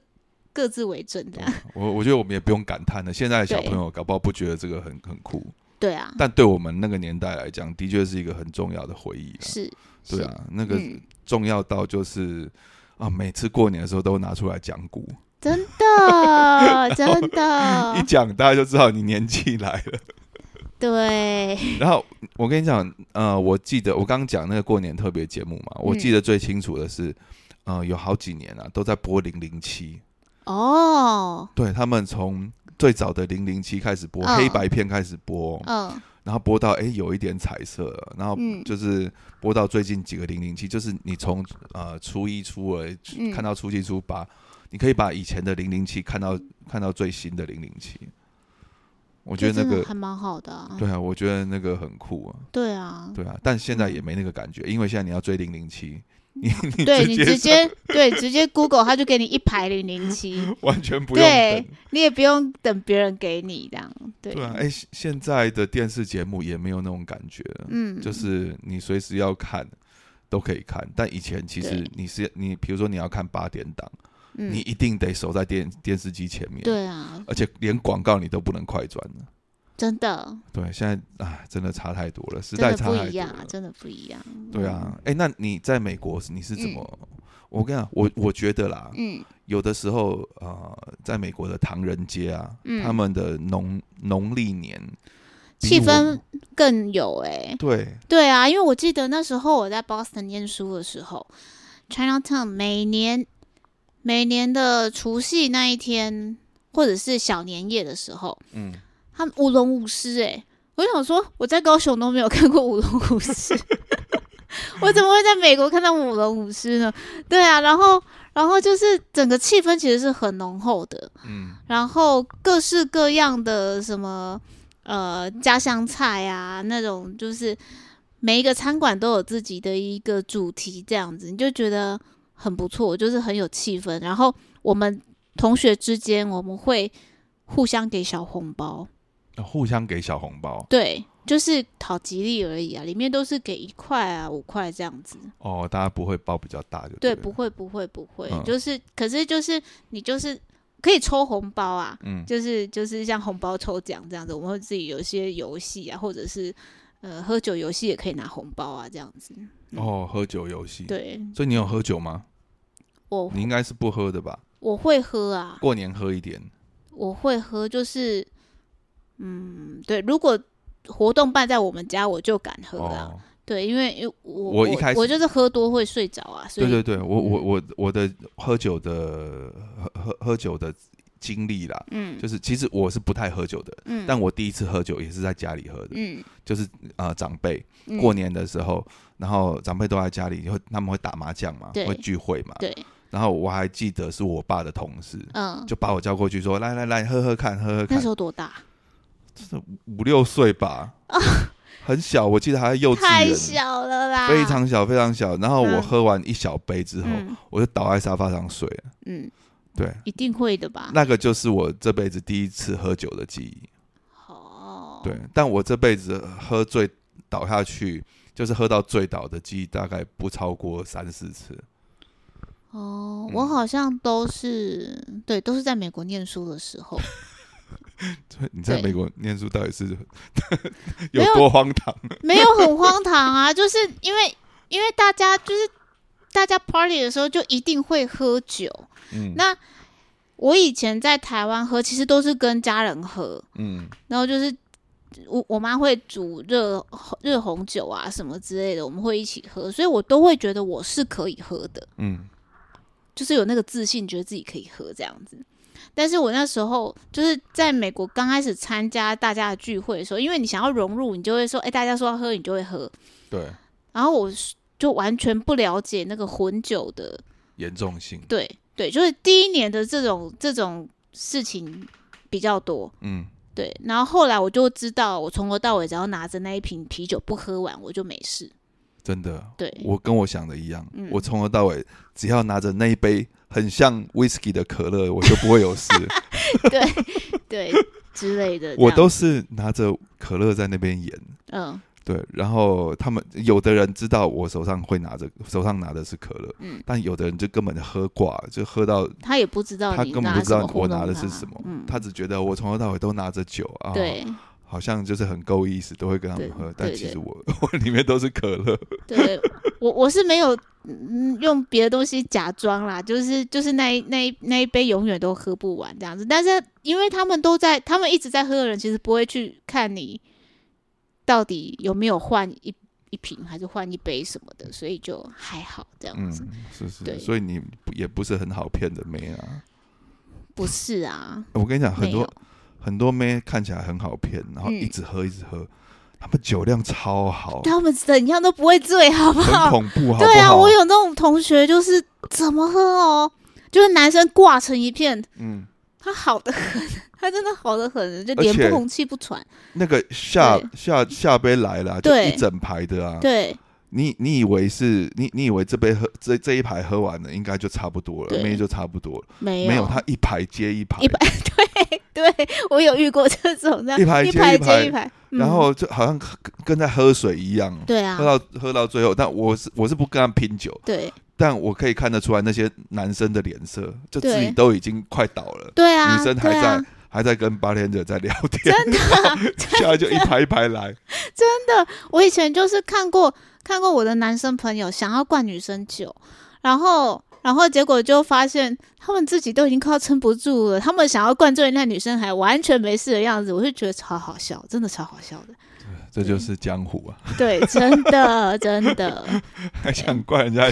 Speaker 2: 各自为政这
Speaker 1: 对
Speaker 2: 样。
Speaker 1: 我我觉得我们也不用感叹了，现在的小
Speaker 2: 对
Speaker 1: 朋友搞不好不觉得这个很很酷，
Speaker 2: 对啊，
Speaker 1: 但对我们那个年代来讲，的确是一个很重要的回忆啊。
Speaker 2: 是，
Speaker 1: 对
Speaker 2: 是，
Speaker 1: 啊，那个
Speaker 2: 嗯。
Speaker 1: 重要到就是啊，每次过年的时候都拿出来讲古，
Speaker 2: 真 的，真
Speaker 1: 一
Speaker 2: 的，
Speaker 1: 讲大家就知道你年纪来 了。
Speaker 2: 对，
Speaker 1: 然后我跟你讲，呃，我记得我刚刚讲那个过年特别节目嘛，
Speaker 2: 嗯
Speaker 1: 我记得最清楚的是，呃，有好几年啊都在播零零七，
Speaker 2: 哦，
Speaker 1: 对他们从最早的零零七开始播，
Speaker 2: 嗯
Speaker 1: 黑白片开始播，
Speaker 2: 嗯，
Speaker 1: 然后播到诶有一点彩色了，然后
Speaker 2: 嗯
Speaker 1: 就是播到最近几个零零七，就是你从呃初一初二
Speaker 2: 嗯
Speaker 1: 看到初七初八，你可以把以前的零零七看到看到最新的零零七，我
Speaker 2: 我
Speaker 1: 觉得那个
Speaker 2: 还蛮好的啊、
Speaker 1: 对啊，我觉得那个很酷啊。
Speaker 2: 对啊，
Speaker 1: 对啊，但现在也没那个感觉，因为现在你要追零零七， 你你
Speaker 2: 对你直
Speaker 1: 直
Speaker 2: 接 对直接 Google，它就给你一排零零七，
Speaker 1: 完全不用
Speaker 2: 对
Speaker 1: 等。
Speaker 2: 你也不用等别人给你这样，对，
Speaker 1: 对啊，哎、现现在的电视节目也没有那种感觉了，
Speaker 2: 嗯，
Speaker 1: 就是你随时要看都可以看，但以前其实
Speaker 2: 对
Speaker 1: 你是你，比如说你要看八点档，
Speaker 2: 嗯
Speaker 1: 你一定得守在电电视机前面，，
Speaker 2: 对啊，
Speaker 1: 而且连广告你都不能快转了。
Speaker 2: 真的，
Speaker 1: 对，现在啊，真的差太多了，时
Speaker 2: 真
Speaker 1: 代
Speaker 2: 的
Speaker 1: 差
Speaker 2: 不
Speaker 1: 太
Speaker 2: 一
Speaker 1: 多
Speaker 2: 样啊
Speaker 1: 了，。
Speaker 2: 真的不一样，
Speaker 1: 对啊，哎、那你在美国你是怎么？我跟你讲，我我觉得啦，
Speaker 2: 嗯
Speaker 1: 有的时候呃，在美国的唐人街啊，
Speaker 2: 嗯
Speaker 1: 他们的农农历年比
Speaker 2: 气
Speaker 1: 我
Speaker 2: 氛更有哎、
Speaker 1: 对
Speaker 2: 对啊，因为我记得那时候我在 Boston 念书的时候，Chinatown 每年每年的除夕那一天，或者是小年夜的时候，
Speaker 1: 嗯，
Speaker 2: 他们舞龙舞狮哎、我想说我在高雄都没有看过舞龙舞狮， 我怎么会在美国看到舞龙舞狮呢？对啊，然后然后就是整个气氛其实是很浓厚的，
Speaker 1: 嗯，
Speaker 2: 然后各式各样的什么呃家乡菜啊，那种就是每一个餐馆都有自己的一个主题，这样子你就觉得很不错，就是很有气氛。然后我们同学之间我们会互相给小红包，
Speaker 1: 互相给小红包
Speaker 2: 对，就是讨吉利而已啊，里面都是给一块啊、五块这样子。
Speaker 1: 哦，大家不会包比较大就
Speaker 2: 对，
Speaker 1: 了
Speaker 2: 不会不会不会，
Speaker 1: 嗯
Speaker 2: 就是可是就是你就是可以抽红包啊，
Speaker 1: 嗯
Speaker 2: 就是就是像红包抽奖这样子，我们会自己有一些游戏啊，或者是呃喝酒游戏也可以拿红包啊这样子。
Speaker 1: 哦，喝酒游戏。
Speaker 2: 对
Speaker 1: 所以你有喝酒吗？
Speaker 2: 我
Speaker 1: 你应该是不喝的吧？
Speaker 2: 我会喝啊，
Speaker 1: 过年喝一点。
Speaker 2: 我会喝，就是嗯对，如果活动办在我们家，我就敢喝啊。
Speaker 1: 哦，
Speaker 2: 对，因为因为我
Speaker 1: 我一开始
Speaker 2: 我就是喝多会睡着啊，所以嗯
Speaker 1: 对对对，我我我我的喝酒的喝喝喝酒的经历啦，
Speaker 2: 嗯
Speaker 1: 就是其实我是不太喝酒的，
Speaker 2: 嗯
Speaker 1: 但我第一次喝酒也是在家里喝的，
Speaker 2: 嗯
Speaker 1: 就是呃长辈
Speaker 2: 嗯
Speaker 1: 过年的时候，然后长辈都在家里，会他们会打麻将嘛，
Speaker 2: 对
Speaker 1: 会聚会嘛，
Speaker 2: 对
Speaker 1: 然后我还记得是我爸的同事。
Speaker 2: 嗯，
Speaker 1: 就把我叫过去说：“来来来，喝喝看，喝喝
Speaker 2: 那
Speaker 1: 看
Speaker 2: 时。候多大？”
Speaker 1: 五六岁吧， 很小，我记得还在幼稚
Speaker 2: 啊太
Speaker 1: 园，
Speaker 2: 小了啦，
Speaker 1: 非常小，非常小。然后我
Speaker 2: 嗯
Speaker 1: 喝完一小杯之后，
Speaker 2: 嗯
Speaker 1: 我就倒在沙发上睡了。
Speaker 2: 嗯，
Speaker 1: 对，
Speaker 2: 一定会的吧？
Speaker 1: 那个就是我这辈子第一次喝酒的记忆。
Speaker 2: 哦，
Speaker 1: 对，但我这辈子喝醉倒下去，就是喝到醉倒的记忆，大概不超过三四次。
Speaker 2: 哦，
Speaker 1: 嗯
Speaker 2: 我好像都是对，都是在美国念书的时候，
Speaker 1: 所以你在
Speaker 2: 对
Speaker 1: 美国念书到底是有
Speaker 2: 没有
Speaker 1: 多荒唐？
Speaker 2: 没有很荒唐啊，就是因为因为大家就是大家 party 的时候就一定会喝酒。
Speaker 1: 嗯
Speaker 2: 那我以前在台湾喝，其实都是跟家人喝，
Speaker 1: 嗯
Speaker 2: 然后就是我我妈会煮热热红酒啊什么之类的，我们会一起喝，所以我都会觉得我是可以喝的。
Speaker 1: 嗯
Speaker 2: 就是有那个自信，觉得自己可以喝这样子。但是我那时候就是在美国刚开始参加大家的聚会的时候，因为你想要融入，你就会说，哎、大家说要喝，你就会喝。
Speaker 1: 对，
Speaker 2: 然后我是就完全不了解那个混酒的，
Speaker 1: 严重性。
Speaker 2: 对对，就是第一年的这种这种事情比较多，
Speaker 1: 嗯
Speaker 2: 对。然后后来我就知道，我从头到尾只要拿着那一瓶啤酒不喝完，我就没事。
Speaker 1: 真的，
Speaker 2: 对，
Speaker 1: 我跟我想的一样，
Speaker 2: 嗯
Speaker 1: 我从头到尾只要拿着那一杯很像 whisky 的可乐，我就不会 有事。
Speaker 2: 对对 之类的这样，
Speaker 1: 我都是拿着可乐在那边演。
Speaker 2: 嗯
Speaker 1: 对，然后他们有的人知道我手上会拿着，手上拿的是可乐，
Speaker 2: 嗯，
Speaker 1: 但有的人就根本就喝挂，就喝到
Speaker 2: 他也不知道
Speaker 1: 他
Speaker 2: 你
Speaker 1: 根本
Speaker 2: 拿
Speaker 1: 不知
Speaker 2: 什
Speaker 1: 道
Speaker 2: 么糊
Speaker 1: 我
Speaker 2: 弄
Speaker 1: 拿的是
Speaker 2: 他
Speaker 1: 什么，
Speaker 2: 嗯，
Speaker 1: 他只觉得我从头到尾都拿着酒啊，，
Speaker 2: 对。
Speaker 1: 好像就是很够意思，都会跟他们
Speaker 2: 对
Speaker 1: 喝，
Speaker 2: 对
Speaker 1: 但
Speaker 2: 对
Speaker 1: 其实我我里面都是可乐，
Speaker 2: 对我我是没有嗯用别的东西假装啦，就是就是那一那一那一杯永远都喝不完这样子。但是因为他们都在，他们一直在喝的人，其实不会去看你到底有没有换一一瓶还是换一杯什么的，所以就还好这样
Speaker 1: 嗯
Speaker 2: 子。，
Speaker 1: 是是，
Speaker 2: 对
Speaker 1: 所以你也不是很好骗的妹啊，
Speaker 2: 不是啊，
Speaker 1: 我跟你讲，
Speaker 2: 没
Speaker 1: 很
Speaker 2: 有
Speaker 1: 多很多妹看起来很好骗，然后
Speaker 2: 嗯
Speaker 1: 一直喝一直喝，他们酒量超好，
Speaker 2: 他们怎样都不会醉，好不
Speaker 1: 哦很
Speaker 2: 好？
Speaker 1: 恐怖，好不好？
Speaker 2: 对啊，我有那种同学就是怎么喝哦，就是男生挂成一片，
Speaker 1: 嗯，
Speaker 2: 他好的很，他真的好的很，就
Speaker 1: 而
Speaker 2: 脸
Speaker 1: 且
Speaker 2: 不红气不喘。
Speaker 1: 那个下
Speaker 2: 对
Speaker 1: 下下杯来了，啊就
Speaker 2: 对
Speaker 1: 一整排的啊。
Speaker 2: 对，
Speaker 1: 你你以为是你你以为这杯喝这这一排喝完了，应该就差不多了，
Speaker 2: 对
Speaker 1: 妹就差不多了，
Speaker 2: 没
Speaker 1: 没有，他一排接一排，
Speaker 2: 一排 对我有遇过这种的，
Speaker 1: 一排
Speaker 2: 一
Speaker 1: 接
Speaker 2: 排
Speaker 1: 一排
Speaker 2: 接一排，嗯
Speaker 1: 然后就好像跟跟在喝水一样，
Speaker 2: 对啊
Speaker 1: 喝，到喝到最后，但我是我是不跟他拼酒，
Speaker 2: 对
Speaker 1: 但我可以看得出来那些男生的脸色，就自己
Speaker 2: 对
Speaker 1: 都已经快倒了。
Speaker 2: 对啊，
Speaker 1: 女生还
Speaker 2: 对
Speaker 1: 在、
Speaker 2: 啊
Speaker 1: 还在跟八天者在聊天， 真的，下来就一排一排来，
Speaker 2: 我以前就是看过看过我的男生朋友想要灌女生酒，然后然后结果就发现他们自己都已经快要撑不住了，他们想要灌醉那女生还完全没事的样子，我就觉得超好笑，真的超好笑的。
Speaker 1: 这就是江湖啊！
Speaker 2: 对，真 的真的
Speaker 1: 还想怪人家？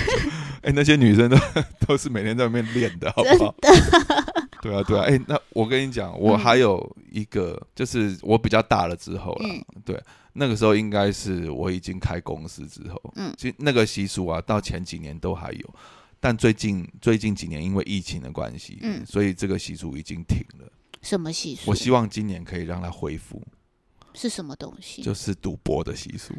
Speaker 1: 哎、那些女生都 都是每天在外面练的，好不好？ 对啊，对啊。哎、那我跟你讲，我
Speaker 2: 嗯
Speaker 1: 还有一个，就是我比较大了之后啦，
Speaker 2: 嗯
Speaker 1: 对，那个时候应该是我已经开公司之后，
Speaker 2: 嗯
Speaker 1: 其实那个习俗啊，到前几年都还有，但最近最近几年因为疫情的关系，
Speaker 2: 嗯
Speaker 1: 所以这个习俗已经停了。
Speaker 2: 什么习俗？
Speaker 1: 我希望今年可以让它恢复，
Speaker 2: 是什么东西？
Speaker 1: 就是赌博的习 俗。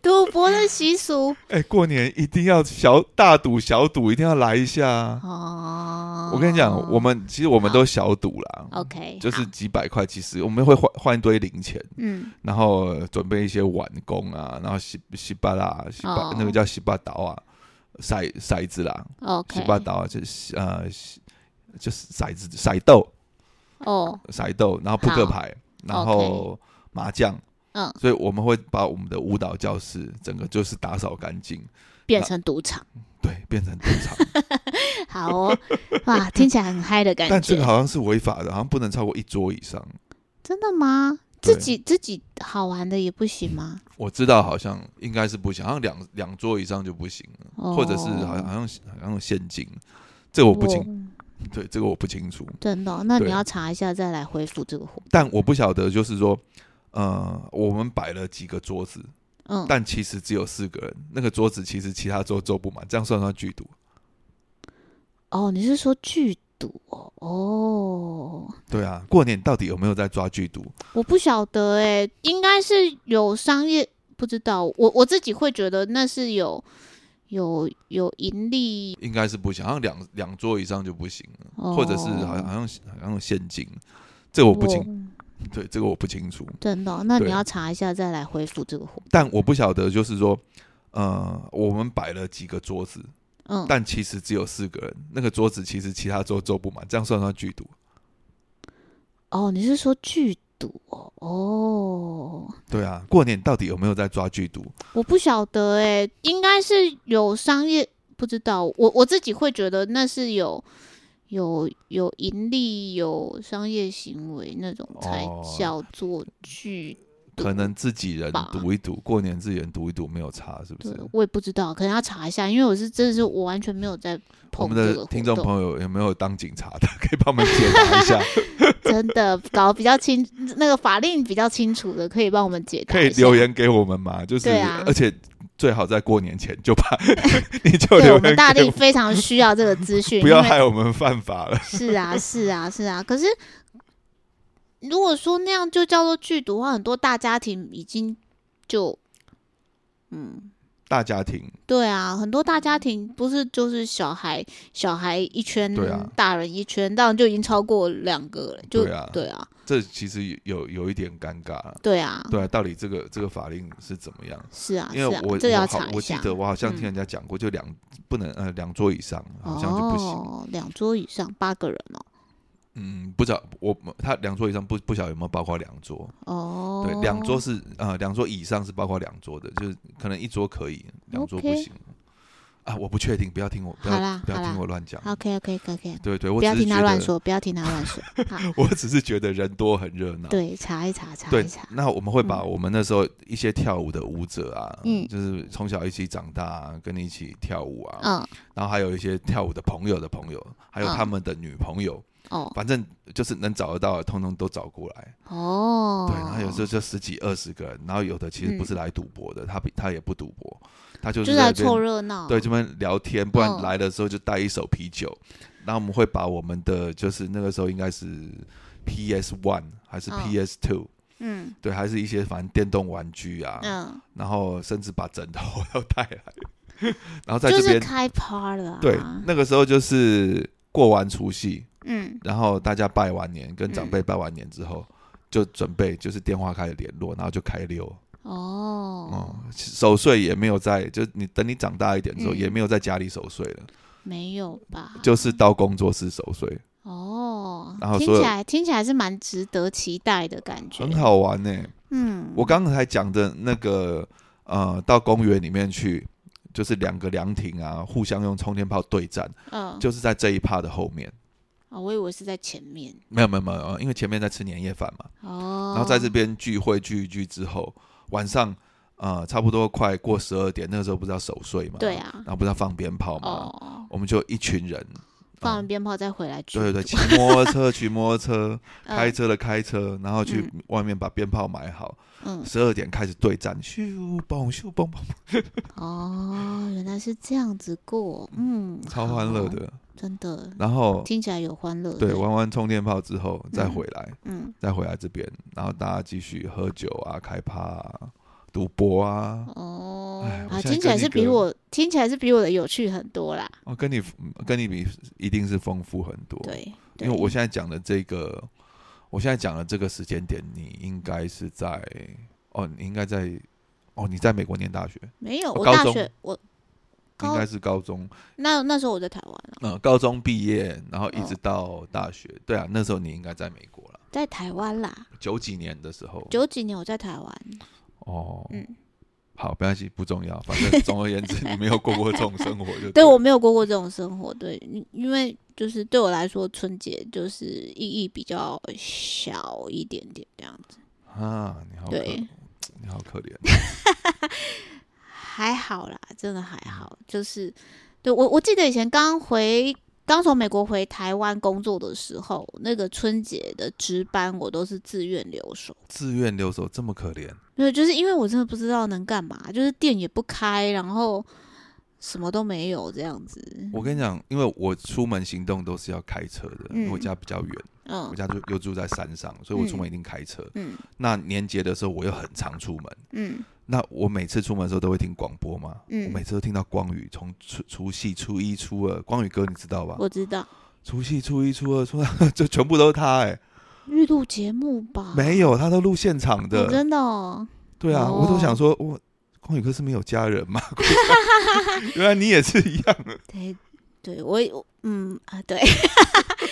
Speaker 2: 赌博的习俗
Speaker 1: 哎、过年一定要小大赌小赌，一定要来一下啊。
Speaker 2: 哦。
Speaker 1: 我跟你讲，我们其实我们都小赌啦，
Speaker 2: OK
Speaker 1: 就是
Speaker 2: 好
Speaker 1: 几百块，其实我们会换换一堆零钱，
Speaker 2: 嗯
Speaker 1: 然后呃准备一些碗工啊，然后西西巴啦，西巴、
Speaker 2: 哦
Speaker 1: 那个叫西巴岛啊，骰骰子啦，西
Speaker 2: OK
Speaker 1: 巴岛啊，就是呃西就是骰子骰豆
Speaker 2: 哦
Speaker 1: 骰豆，然后扑克
Speaker 2: 好
Speaker 1: 牌，然后麻将。
Speaker 2: 嗯
Speaker 1: 所以我们会把我们的舞蹈教室整个就是打扫干净，
Speaker 2: 变成赌场，
Speaker 1: 对，变成赌场。
Speaker 2: 好哦，哇，听起来很嗨的感觉。
Speaker 1: 但这个好像是违法的，好像不能超过一桌以上。
Speaker 2: 真的吗？
Speaker 1: 对
Speaker 2: 自己自己好玩的也不行吗？
Speaker 1: 我知道好像应该是不行，好像两两桌以上就不行了，
Speaker 2: 哦
Speaker 1: 或者是好像好像好像有陷阱，这个我不清，
Speaker 2: 哦
Speaker 1: 对这个我不清楚，
Speaker 2: 真的哦、那
Speaker 1: 对
Speaker 2: 你要查一下再来恢复这个活。
Speaker 1: 但我不晓得就是说，呃，我们摆了几个桌子，
Speaker 2: 嗯，
Speaker 1: 但其实只有四个人，那个桌子其实其他桌坐不满，这样算不算剧毒？
Speaker 2: 哦，你是说剧毒哦？哦，
Speaker 1: 对啊，过年到底有没有在抓剧毒？
Speaker 2: 我不晓得哎、应该是有商业，不知道。我我自己会觉得那是有有有盈利，
Speaker 1: 应该是不行，好像两两桌以上就不行了，
Speaker 2: 哦、
Speaker 1: 或者是好像好像好像有陷阱，这个我不清，
Speaker 2: 哦
Speaker 1: 对这个我不清楚。
Speaker 2: 真的哦、那
Speaker 1: 对
Speaker 2: 你要查一下再来恢复这个活。
Speaker 1: 但我不晓得，就是说，呃，我们摆了几个桌子，
Speaker 2: 嗯，
Speaker 1: 但其实只有四个人，那个桌子其实其他桌坐不满，这样算不算剧毒？
Speaker 2: 哦，你是说剧毒哦？哦，
Speaker 1: 对啊，过年到底有没有在抓剧毒？
Speaker 2: 我不晓得哎、应该是有商业，不知道。我我自己会觉得那是有有有盈利、有商业行为那种才
Speaker 1: 哦
Speaker 2: 叫做剧毒。
Speaker 1: 可能自己人
Speaker 2: 吧
Speaker 1: 赌一赌，过年自己人赌一赌没有差，是不
Speaker 2: 对
Speaker 1: 是？，
Speaker 2: 我也不知道，可能要查一下，因为我是真的是我完全没有在
Speaker 1: 我
Speaker 2: 碰
Speaker 1: 们
Speaker 2: 这
Speaker 1: 的
Speaker 2: 个
Speaker 1: 听
Speaker 2: 活
Speaker 1: 众
Speaker 2: 动，
Speaker 1: 朋友有没有当警察的， 可以帮我们解答一下？
Speaker 2: 真的搞比较清那个法令比较清楚的，可以帮我们解答
Speaker 1: 可以
Speaker 2: 一下
Speaker 1: 留。言给我们吗？就是，
Speaker 2: 对啊
Speaker 1: 而且最好在过年前就把 你 就
Speaker 2: 对
Speaker 1: 留
Speaker 2: 我
Speaker 1: 言
Speaker 2: 们大
Speaker 1: 给
Speaker 2: 力非常需要这个资 讯，
Speaker 1: 不要
Speaker 2: 因为
Speaker 1: 害我们犯法了。
Speaker 2: 是啊，是啊，是啊。可是如果说那样就叫做剧毒的话，很多大家庭已经就，嗯，
Speaker 1: 大家庭，
Speaker 2: 对啊，很多大
Speaker 1: 嗯
Speaker 2: 家庭不是就是小孩小孩一圈，
Speaker 1: 对啊
Speaker 2: 大人一圈，当然就已经超过两个了，就
Speaker 1: 对啊
Speaker 2: 对啊，
Speaker 1: 这其实有有一点尴尬啊。
Speaker 2: 对啊，
Speaker 1: 对啊，到底这个这个法令是怎么样？
Speaker 2: 是啊，
Speaker 1: 因为
Speaker 2: 是啊
Speaker 1: 我、
Speaker 2: 这个要
Speaker 1: 我好
Speaker 2: 查，一
Speaker 1: 我记
Speaker 2: 下。
Speaker 1: 得我好像听
Speaker 2: 嗯
Speaker 1: 人家讲过，就两不能呃两桌以上好像就不行。
Speaker 2: 哦，两桌以上八个人哦。
Speaker 1: 嗯，不知道我他两桌以上不不晓得有没有包括两桌？
Speaker 2: 哦，
Speaker 1: 对，两桌是呃两桌以上是包括两桌的，就是可能一桌可以，两桌不
Speaker 2: OK
Speaker 1: 行。啊，我不确定，不要听我不
Speaker 2: 好
Speaker 1: 要
Speaker 2: 啦
Speaker 1: 不要
Speaker 2: 好啦
Speaker 1: 听我乱讲。
Speaker 2: OK OK OK，
Speaker 1: 对对，我
Speaker 2: 不要
Speaker 1: 只是
Speaker 2: 听
Speaker 1: 觉
Speaker 2: 他
Speaker 1: 得
Speaker 2: 乱说，不要听他乱说。好，
Speaker 1: 我只是觉得人多很热闹。
Speaker 2: 对，查一查，查
Speaker 1: 啊对
Speaker 2: 一查，。
Speaker 1: 那我们会把
Speaker 2: 嗯
Speaker 1: 我们那时候一些跳舞的舞者啊，
Speaker 2: 嗯
Speaker 1: 就是从小一起长大、啊，跟你一起跳舞啊，
Speaker 2: 嗯，
Speaker 1: 然后还有一些跳舞的朋友的朋友，还有
Speaker 2: 嗯
Speaker 1: 他们的女朋友，
Speaker 2: 哦
Speaker 1: 反正就是能找得到的，通通都找过来。
Speaker 2: 哦，
Speaker 1: 对，然后有时候就十几二十个人，然后有的其实不是来赌博的，他比他也不赌博，他就
Speaker 2: 就是是
Speaker 1: 在
Speaker 2: 来
Speaker 1: 那边
Speaker 2: 凑热闹，
Speaker 1: 对，这边聊天，不然
Speaker 2: 嗯
Speaker 1: 来的时候就带一手啤酒。然后我们会把我们的就是那个时候应该是 PS One 还是
Speaker 2: 嗯
Speaker 1: PS Two，、
Speaker 2: 嗯
Speaker 1: 对，还是一些反正电动玩具啊，
Speaker 2: 嗯，
Speaker 1: 然后甚至把枕头 都带来，然后在
Speaker 2: 就
Speaker 1: 这
Speaker 2: 是
Speaker 1: 边、
Speaker 2: 开趴了啊，
Speaker 1: 对，那个时候就是过完除夕，
Speaker 2: 嗯
Speaker 1: 然后大家拜完年，跟长
Speaker 2: 嗯
Speaker 1: 辈拜完年之后，就准备就是电话开始联络，然后就开溜。哦
Speaker 2: 哦，，
Speaker 1: 守岁也没有在，就你等你长大一点之后，
Speaker 2: 嗯哦
Speaker 1: 也没有在家里守岁了，
Speaker 2: 没有吧？
Speaker 1: 就是到工作室守岁，
Speaker 2: 哦
Speaker 1: 然后，
Speaker 2: 听
Speaker 1: 所有
Speaker 2: 起来听起来是蛮值得期待的感觉，
Speaker 1: 很，好玩呢、
Speaker 2: 嗯，
Speaker 1: 我刚才讲的那个呃，到公园里面去，就是两个凉亭啊，互相用冲天炮对战，
Speaker 2: 嗯，
Speaker 1: 就是在这一趴的后面。
Speaker 2: 哦，我以为是在前面
Speaker 1: 没有没有没有，呃因为前面在吃年夜饭嘛，
Speaker 2: 哦，
Speaker 1: 然后在这边聚会聚一聚之后，晚上呃差不多快过十二点，那个时候不是要守岁嘛，
Speaker 2: 对，啊
Speaker 1: 然，后不是要放鞭炮嘛，
Speaker 2: 哦，
Speaker 1: 我们就一群人，啊
Speaker 2: 放完鞭炮再回来
Speaker 1: 嗯对对对，
Speaker 2: 煮
Speaker 1: 骑摩托车 骑摩托车，
Speaker 2: 嗯
Speaker 1: 开车的开车，然后去外面把鞭炮买好，
Speaker 2: 嗯，
Speaker 1: 十二点开始对战，咻嘣咻嘣嘣，
Speaker 2: 哦，原来是这样子过，嗯，
Speaker 1: 超欢乐
Speaker 2: 好，
Speaker 1: 的。
Speaker 2: 真的，
Speaker 1: 然后
Speaker 2: 听起来有欢乐，
Speaker 1: 哦对，玩完冲天炮之后再
Speaker 2: 嗯
Speaker 1: 回来，
Speaker 2: 嗯，
Speaker 1: 再回来这边，然后大家继续喝酒啊，开趴啊，赌博啊。
Speaker 2: 哦
Speaker 1: 哎，我
Speaker 2: 啊，
Speaker 1: 现在
Speaker 2: 听起来
Speaker 1: 跟
Speaker 2: 是
Speaker 1: 一
Speaker 2: 比
Speaker 1: 个
Speaker 2: 我听起来是比我的有趣很多啦，
Speaker 1: 哦，跟你跟你比，一定是丰富很多。，
Speaker 2: 对，
Speaker 1: 因为我
Speaker 2: 对
Speaker 1: 现在讲的这个，我现在讲的这个时间点，你应该是在哦，你应该在哦，你在美国念大学，
Speaker 2: 没有，
Speaker 1: 我
Speaker 2: 我
Speaker 1: 高
Speaker 2: 大
Speaker 1: 中
Speaker 2: 学我
Speaker 1: 应
Speaker 2: 高
Speaker 1: 该是高中，
Speaker 2: 那那时候我在台湾啊，
Speaker 1: 呃，高中毕业，然后一直
Speaker 2: 哦
Speaker 1: 到大学。对啊，那时候你应该在美国了，
Speaker 2: 在台湾啦，
Speaker 1: 九几年的时候。
Speaker 2: 九几年我在台湾，
Speaker 1: 哦，
Speaker 2: 嗯
Speaker 1: 好，没关系，不重要，反 正总而言之，你没有过过这种生活就
Speaker 2: 对
Speaker 1: 了
Speaker 2: 我没有过过这种生活，对，因因为就是对我来说，春节就是意义比较小一点点这样子，
Speaker 1: 啊，你好可，
Speaker 2: 对，
Speaker 1: 你好可怜。
Speaker 2: 还好啦，真的
Speaker 1: 嗯
Speaker 2: 还好，就是对我我记得以前刚回。刚从美国回台湾工作的时候，那个春节的值班我都是自愿留守，
Speaker 1: 自愿留守这么可怜，
Speaker 2: 对，就是因为我真的不知道能干嘛，就是店也不开，然后什么都没有这样子。
Speaker 1: 我跟你讲，因为我出门行动都是要开车的，因为我
Speaker 2: 嗯
Speaker 1: 家比较远，
Speaker 2: 嗯
Speaker 1: 我家就又住在山上，所以我出门
Speaker 2: 嗯
Speaker 1: 一定开车。
Speaker 2: 嗯
Speaker 1: 那年节的时候，我又很常出门。
Speaker 2: 嗯
Speaker 1: 那我每次出门的时候都会听广播嘛，我每
Speaker 2: 嗯，
Speaker 1: 次都听到光宇从除除夕、初一、初二，光宇哥你知道吧？
Speaker 2: 我知道
Speaker 1: 除夕、初一、初二、初三， 就全部都是他哎、
Speaker 2: 哦预录节目吧？
Speaker 1: 没有，他都录现场
Speaker 2: 哦，
Speaker 1: 的。
Speaker 2: 真的哦，
Speaker 1: 对啊，
Speaker 2: 哦
Speaker 1: 我都想说，我光宇哥是没有家人 嘛？ 原来你也是一样。
Speaker 2: 对对，我也我嗯啊对。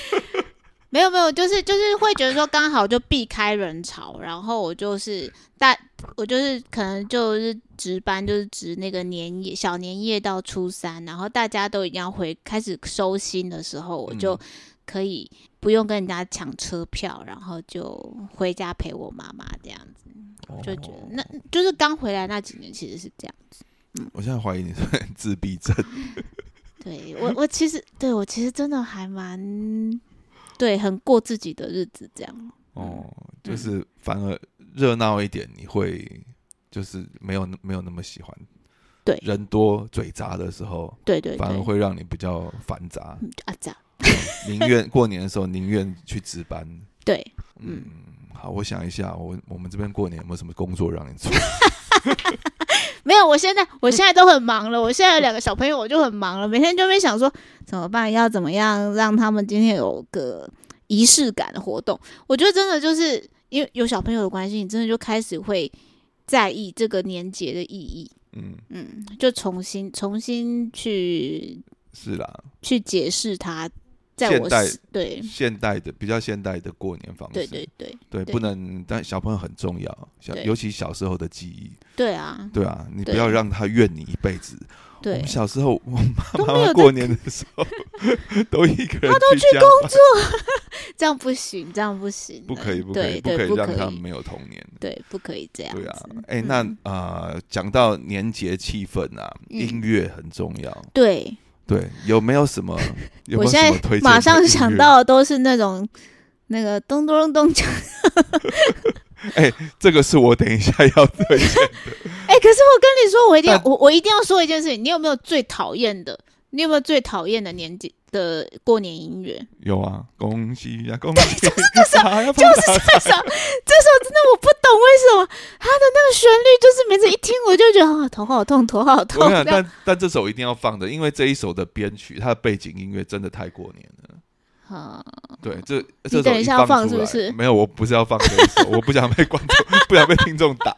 Speaker 2: 没有没有，就是就是会觉得说刚好就避开人潮，然后我就是大我就是可能就是值班，就是值那个年夜小年夜到初三，然后大家都已经要回开始收心的时候，我就
Speaker 1: 嗯
Speaker 2: 可以不用跟人家抢车票，然后就回家陪我妈妈这样子，就觉
Speaker 1: 哦
Speaker 2: 得那就是刚回来那几年其实是这样。
Speaker 1: 我现在怀疑你是不是自闭症。
Speaker 2: 对我，我其实对我其实真的还蛮对，很过自己的日子这样。
Speaker 1: 哦，就是反而热闹一点，你会就是没有没有那么喜欢。
Speaker 2: 对
Speaker 1: 人多嘴杂的时候，
Speaker 2: 对对对，
Speaker 1: 反而会让你比较繁杂，
Speaker 2: 嗯啊这样
Speaker 1: 宁愿过年的时候宁愿去值班。
Speaker 2: 对，
Speaker 1: 嗯，好，我想一下，我我们这边过年有没有什么工作让你 做？
Speaker 2: 没有，我现在我现在都很忙了，我现在有两个小朋友，我就很忙了，每天就会想说怎么办，要怎么样让他们今天有个仪式感的活动。我觉得真的就是因为有小朋友的关系，你真的就开始会在意这个年节的意义，
Speaker 1: 嗯，
Speaker 2: 嗯，就重新重新去
Speaker 1: 是啦，
Speaker 2: 去解释它。在
Speaker 1: 现
Speaker 2: 我
Speaker 1: 代
Speaker 2: 是对
Speaker 1: 现代的比较现代的过年方式，
Speaker 2: 嗯对对对
Speaker 1: 对
Speaker 2: 对
Speaker 1: 不能，但小朋友很重要，小
Speaker 2: 对
Speaker 1: 尤其小时候的记忆，
Speaker 2: 对啊，
Speaker 1: 对啊，你不
Speaker 2: 对
Speaker 1: 要让他怨你一辈子。我
Speaker 2: 对
Speaker 1: 们，小时候，我妈
Speaker 2: 都没
Speaker 1: 妈
Speaker 2: 有
Speaker 1: 妈过年的时候都一个人去工作，
Speaker 2: 这样不行，这样不行的，
Speaker 1: 不可以，不可以，不
Speaker 2: 对对，
Speaker 1: 可
Speaker 2: 不
Speaker 1: 以让
Speaker 2: 可
Speaker 1: 他们
Speaker 2: 以，
Speaker 1: 没有童年。
Speaker 2: 对，不可以这样子。
Speaker 1: 对啊，哎，那
Speaker 2: 嗯
Speaker 1: 呃，讲到年节气氛啊，
Speaker 2: 嗯
Speaker 1: 音乐很重要。
Speaker 2: 对，
Speaker 1: 对，有没有什 么？有没
Speaker 2: 我
Speaker 1: 有
Speaker 2: 现
Speaker 1: 什么
Speaker 2: 在
Speaker 1: 推荐？
Speaker 2: 马上想，到的都是那种那个咚咚咚咚，
Speaker 1: 这个是我等一下要推荐。
Speaker 2: 哎，可是我跟你说，我一定要
Speaker 1: 但
Speaker 2: 我我一定要说一件事情，你有没有最讨厌的？你有没有最讨厌的年纪的过年音乐？
Speaker 1: 有啊，恭喜呀，恭 喜！啊就是
Speaker 2: 就是这首，这首真的我不懂为什么它的那个旋律，就是每次一听我就觉得啊，头好痛，头 好
Speaker 1: 我
Speaker 2: 痛。
Speaker 1: 想，
Speaker 2: 这样
Speaker 1: 但但这首一定要放的，因为这一首的编曲，它的背景音乐真的太过年了。
Speaker 2: 啊
Speaker 1: 对，这
Speaker 2: 你
Speaker 1: 这首
Speaker 2: 等一
Speaker 1: 一
Speaker 2: 下要
Speaker 1: 放
Speaker 2: 放
Speaker 1: 出
Speaker 2: 是不
Speaker 1: 来
Speaker 2: 是
Speaker 1: 没有，我不是要放这一首， 我不想被观众，不想被听众打。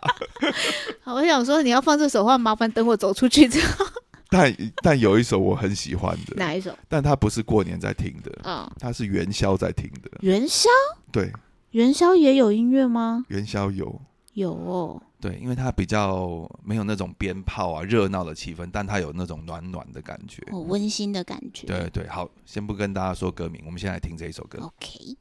Speaker 2: 好我想说，你要放这首的话，麻烦等我走出去之后，
Speaker 1: 但但有一首我很喜欢的，
Speaker 2: 哪一首？
Speaker 1: 但它不是过年在听的，
Speaker 2: 嗯，
Speaker 1: 它是元宵在听的。
Speaker 2: 元宵，
Speaker 1: 对，
Speaker 2: 元宵也有音乐吗？
Speaker 1: 元宵有
Speaker 2: 有哦，
Speaker 1: 对，因为它比较没有那种鞭炮啊热闹的气氛，但它有那种暖暖的感觉。
Speaker 2: 哦温馨的感觉。
Speaker 1: 嗯对对，好，先不跟大家说歌名，我们先来听这一首歌。
Speaker 2: ，OK，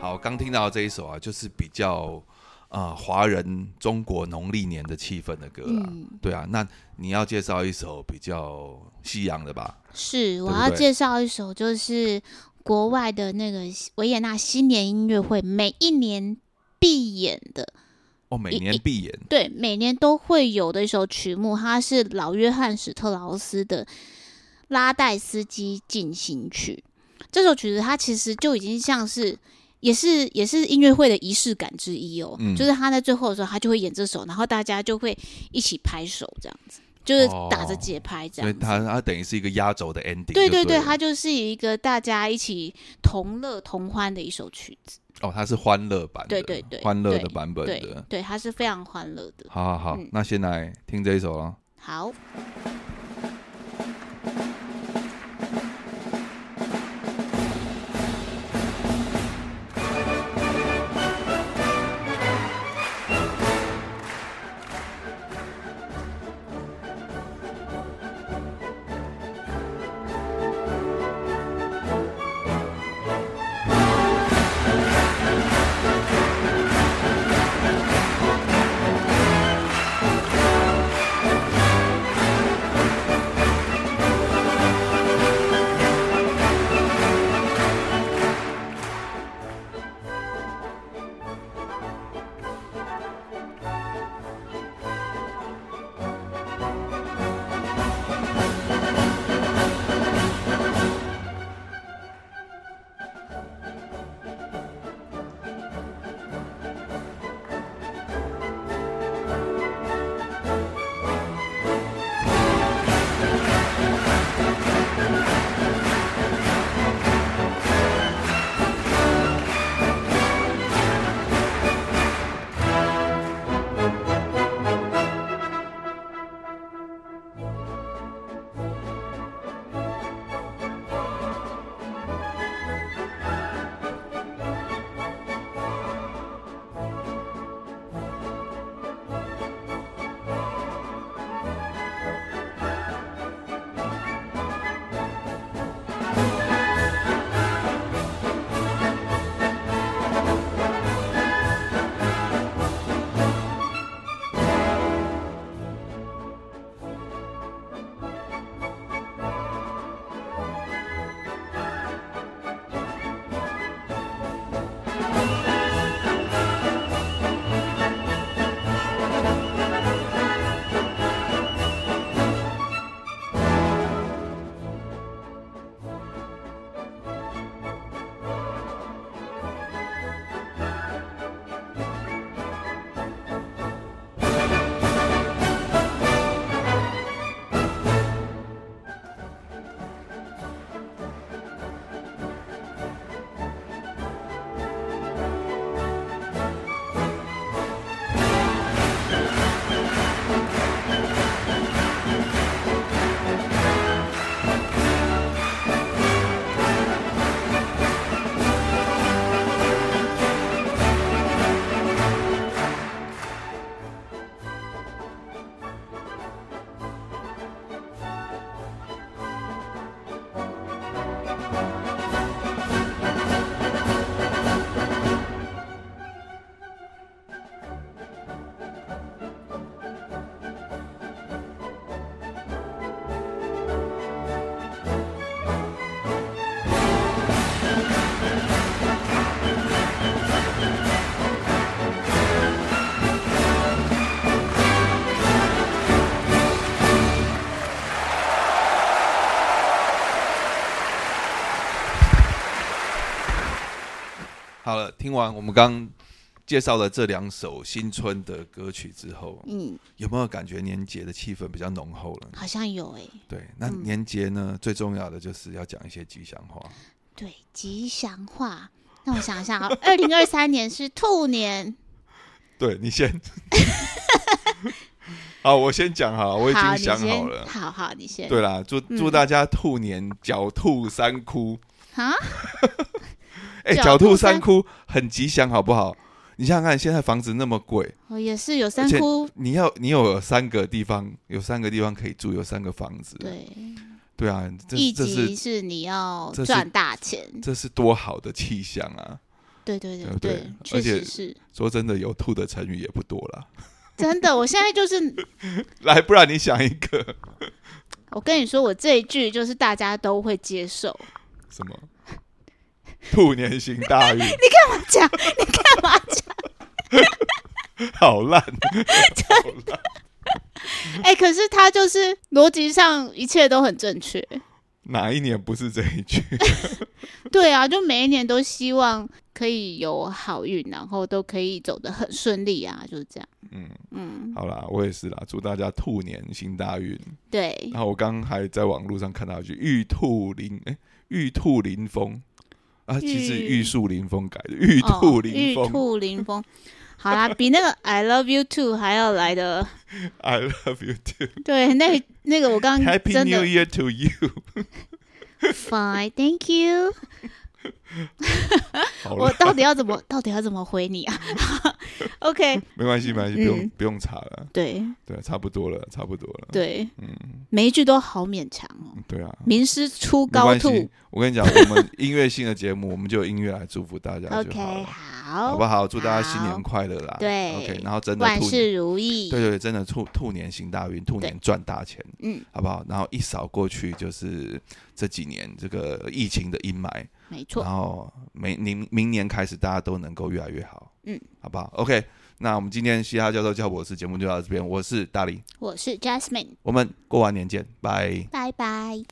Speaker 1: 好，刚听到这一首啊，就是比较啊华、人中国农历年的气氛的歌啦。
Speaker 2: 嗯，
Speaker 1: 对啊，那你要介绍一首比较西洋的吧？
Speaker 2: 是，我
Speaker 1: 对不
Speaker 2: 要
Speaker 1: 对
Speaker 2: 介绍一首就是国外的那个维也纳新年音乐会，每一年必演的，
Speaker 1: 哦，每年必演
Speaker 2: 对，每年都会有的一首曲目，它是老约翰史特劳斯的《拉代斯基进行曲》。这首曲子它其实就已经像是，也是也是音乐会的仪式感之一哦。
Speaker 1: 嗯
Speaker 2: 就是他在最后的时候，他就会演这首，然后大家就会一起拍手这样子。就是
Speaker 1: 哦
Speaker 2: 打着节拍这
Speaker 1: 所以
Speaker 2: 样子。
Speaker 1: 它它等于是一个压轴的 ending 就
Speaker 2: 对
Speaker 1: 对
Speaker 2: 对对，
Speaker 1: 了
Speaker 2: 它就是一个大家一起同乐同欢的一首曲子。
Speaker 1: 哦，它是欢乐版的，
Speaker 2: 对对对
Speaker 1: 欢乐
Speaker 2: 对
Speaker 1: 的版本
Speaker 2: 对
Speaker 1: 的。
Speaker 2: 对，它是非常欢乐的。
Speaker 1: 好好好，
Speaker 2: 嗯
Speaker 1: 那先来听这一首了。
Speaker 2: 好，
Speaker 1: 好了，听完我们刚介绍了这两首新春的歌曲之后，
Speaker 2: 嗯，
Speaker 1: 有没有感觉年节的气氛比较浓厚了？
Speaker 2: 好像有诶、
Speaker 1: 对，那
Speaker 2: 嗯
Speaker 1: 年节呢，最重要的就是要讲一些吉祥话。
Speaker 2: 对，吉祥话。那我想一下啊，二零二三年是兔年，
Speaker 1: 对你 先， 好，我先讲哈，我已
Speaker 2: 好，
Speaker 1: 经
Speaker 2: 你
Speaker 1: 想
Speaker 2: 先，
Speaker 1: 好了。
Speaker 2: 好好，你先。
Speaker 1: 对啦，祝祝
Speaker 2: 嗯
Speaker 1: 大家兔年狡兔三窟。
Speaker 2: 啊，
Speaker 1: 哎、
Speaker 2: 狡
Speaker 1: 狡
Speaker 2: 兔
Speaker 1: 兔
Speaker 2: 三
Speaker 1: 三窟很吉祥，好不好？你想想看，现在房子那么贵，
Speaker 2: 我也是有
Speaker 1: 而
Speaker 2: 三
Speaker 1: 且
Speaker 2: 窟，
Speaker 1: 你要你有三个地方，有三个地方可以住，有三个房子。
Speaker 2: 对，
Speaker 1: 对啊，这
Speaker 2: 一
Speaker 1: 这
Speaker 2: 级
Speaker 1: 是
Speaker 2: 是你要
Speaker 1: 这是
Speaker 2: 赚大钱，
Speaker 1: 这是多好的气象啊！
Speaker 2: 对对
Speaker 1: 对
Speaker 2: 对
Speaker 1: 不对而
Speaker 2: 确
Speaker 1: 且
Speaker 2: 实是
Speaker 1: 说真的，有兔的成语也不多啦。
Speaker 2: 真的。我现在就是，
Speaker 1: 来，不然你想一个
Speaker 2: 我跟你说，我这一句就是大家都会接受，
Speaker 1: 什么？ 兔年行大 运，
Speaker 2: 讲你干嘛讲？
Speaker 1: 好烂！
Speaker 2: 哎、可是他就是逻辑上一切都很正确，
Speaker 1: 哪一年不是这一句？
Speaker 2: 对啊，就每一年都希望可以有好运，然后都可以走得很顺利啊，就是这样。
Speaker 1: 嗯，
Speaker 2: 嗯，
Speaker 1: 好啦，我也是啦，祝大家兔年行大运。
Speaker 2: 对，
Speaker 1: 然后我刚还在网络上看到一句“玉兔临”，哎，“玉兔临风”啊，其实“
Speaker 2: 玉哦
Speaker 1: 玉树临风”改的“玉兔临
Speaker 2: 玉
Speaker 1: 风。
Speaker 2: 兔临风。好啦，比那个 I love you too 还要来的，”
Speaker 1: I love you too.
Speaker 2: 对，那那个我刚
Speaker 1: Happy
Speaker 2: 嗯真
Speaker 1: New
Speaker 2: 的
Speaker 1: Year to you.
Speaker 2: fine，thank you。
Speaker 1: 好
Speaker 2: 我
Speaker 1: 了，
Speaker 2: 到底要怎么，到底要怎么回你啊 ？OK，
Speaker 1: 没关系，没关系，不
Speaker 2: 嗯
Speaker 1: 用不用查了。
Speaker 2: 对
Speaker 1: 对，啊差不多了，差不多了。
Speaker 2: 对，
Speaker 1: 嗯，
Speaker 2: 每一句都好勉强哦。
Speaker 1: 对啊。
Speaker 2: 名师出
Speaker 1: 没
Speaker 2: 高
Speaker 1: 关
Speaker 2: 徒
Speaker 1: 系，我跟你讲，我们音乐性的节目，我们就有音乐来祝福大家就好
Speaker 2: ，OK，
Speaker 1: 了，好不好？祝大家新年快乐啦！
Speaker 2: 哦对
Speaker 1: ，OK，然后真的
Speaker 2: 万
Speaker 1: 兔年
Speaker 2: 事如意。
Speaker 1: 对对对，真的兔兔年行大运，兔年赚大钱，
Speaker 2: 嗯，
Speaker 1: 好不好？然后一扫过去就是这几年这个疫情的阴霾，
Speaker 2: 没错
Speaker 1: 然。后明明明年开始大家都能够越来越好，
Speaker 2: 嗯，
Speaker 1: 好不好？OK，那我们今天嘻哈教授教我是节目就到这边，我是大林，
Speaker 2: 我是 Jasmine，
Speaker 1: 我们过完年见，拜。
Speaker 2: 拜拜。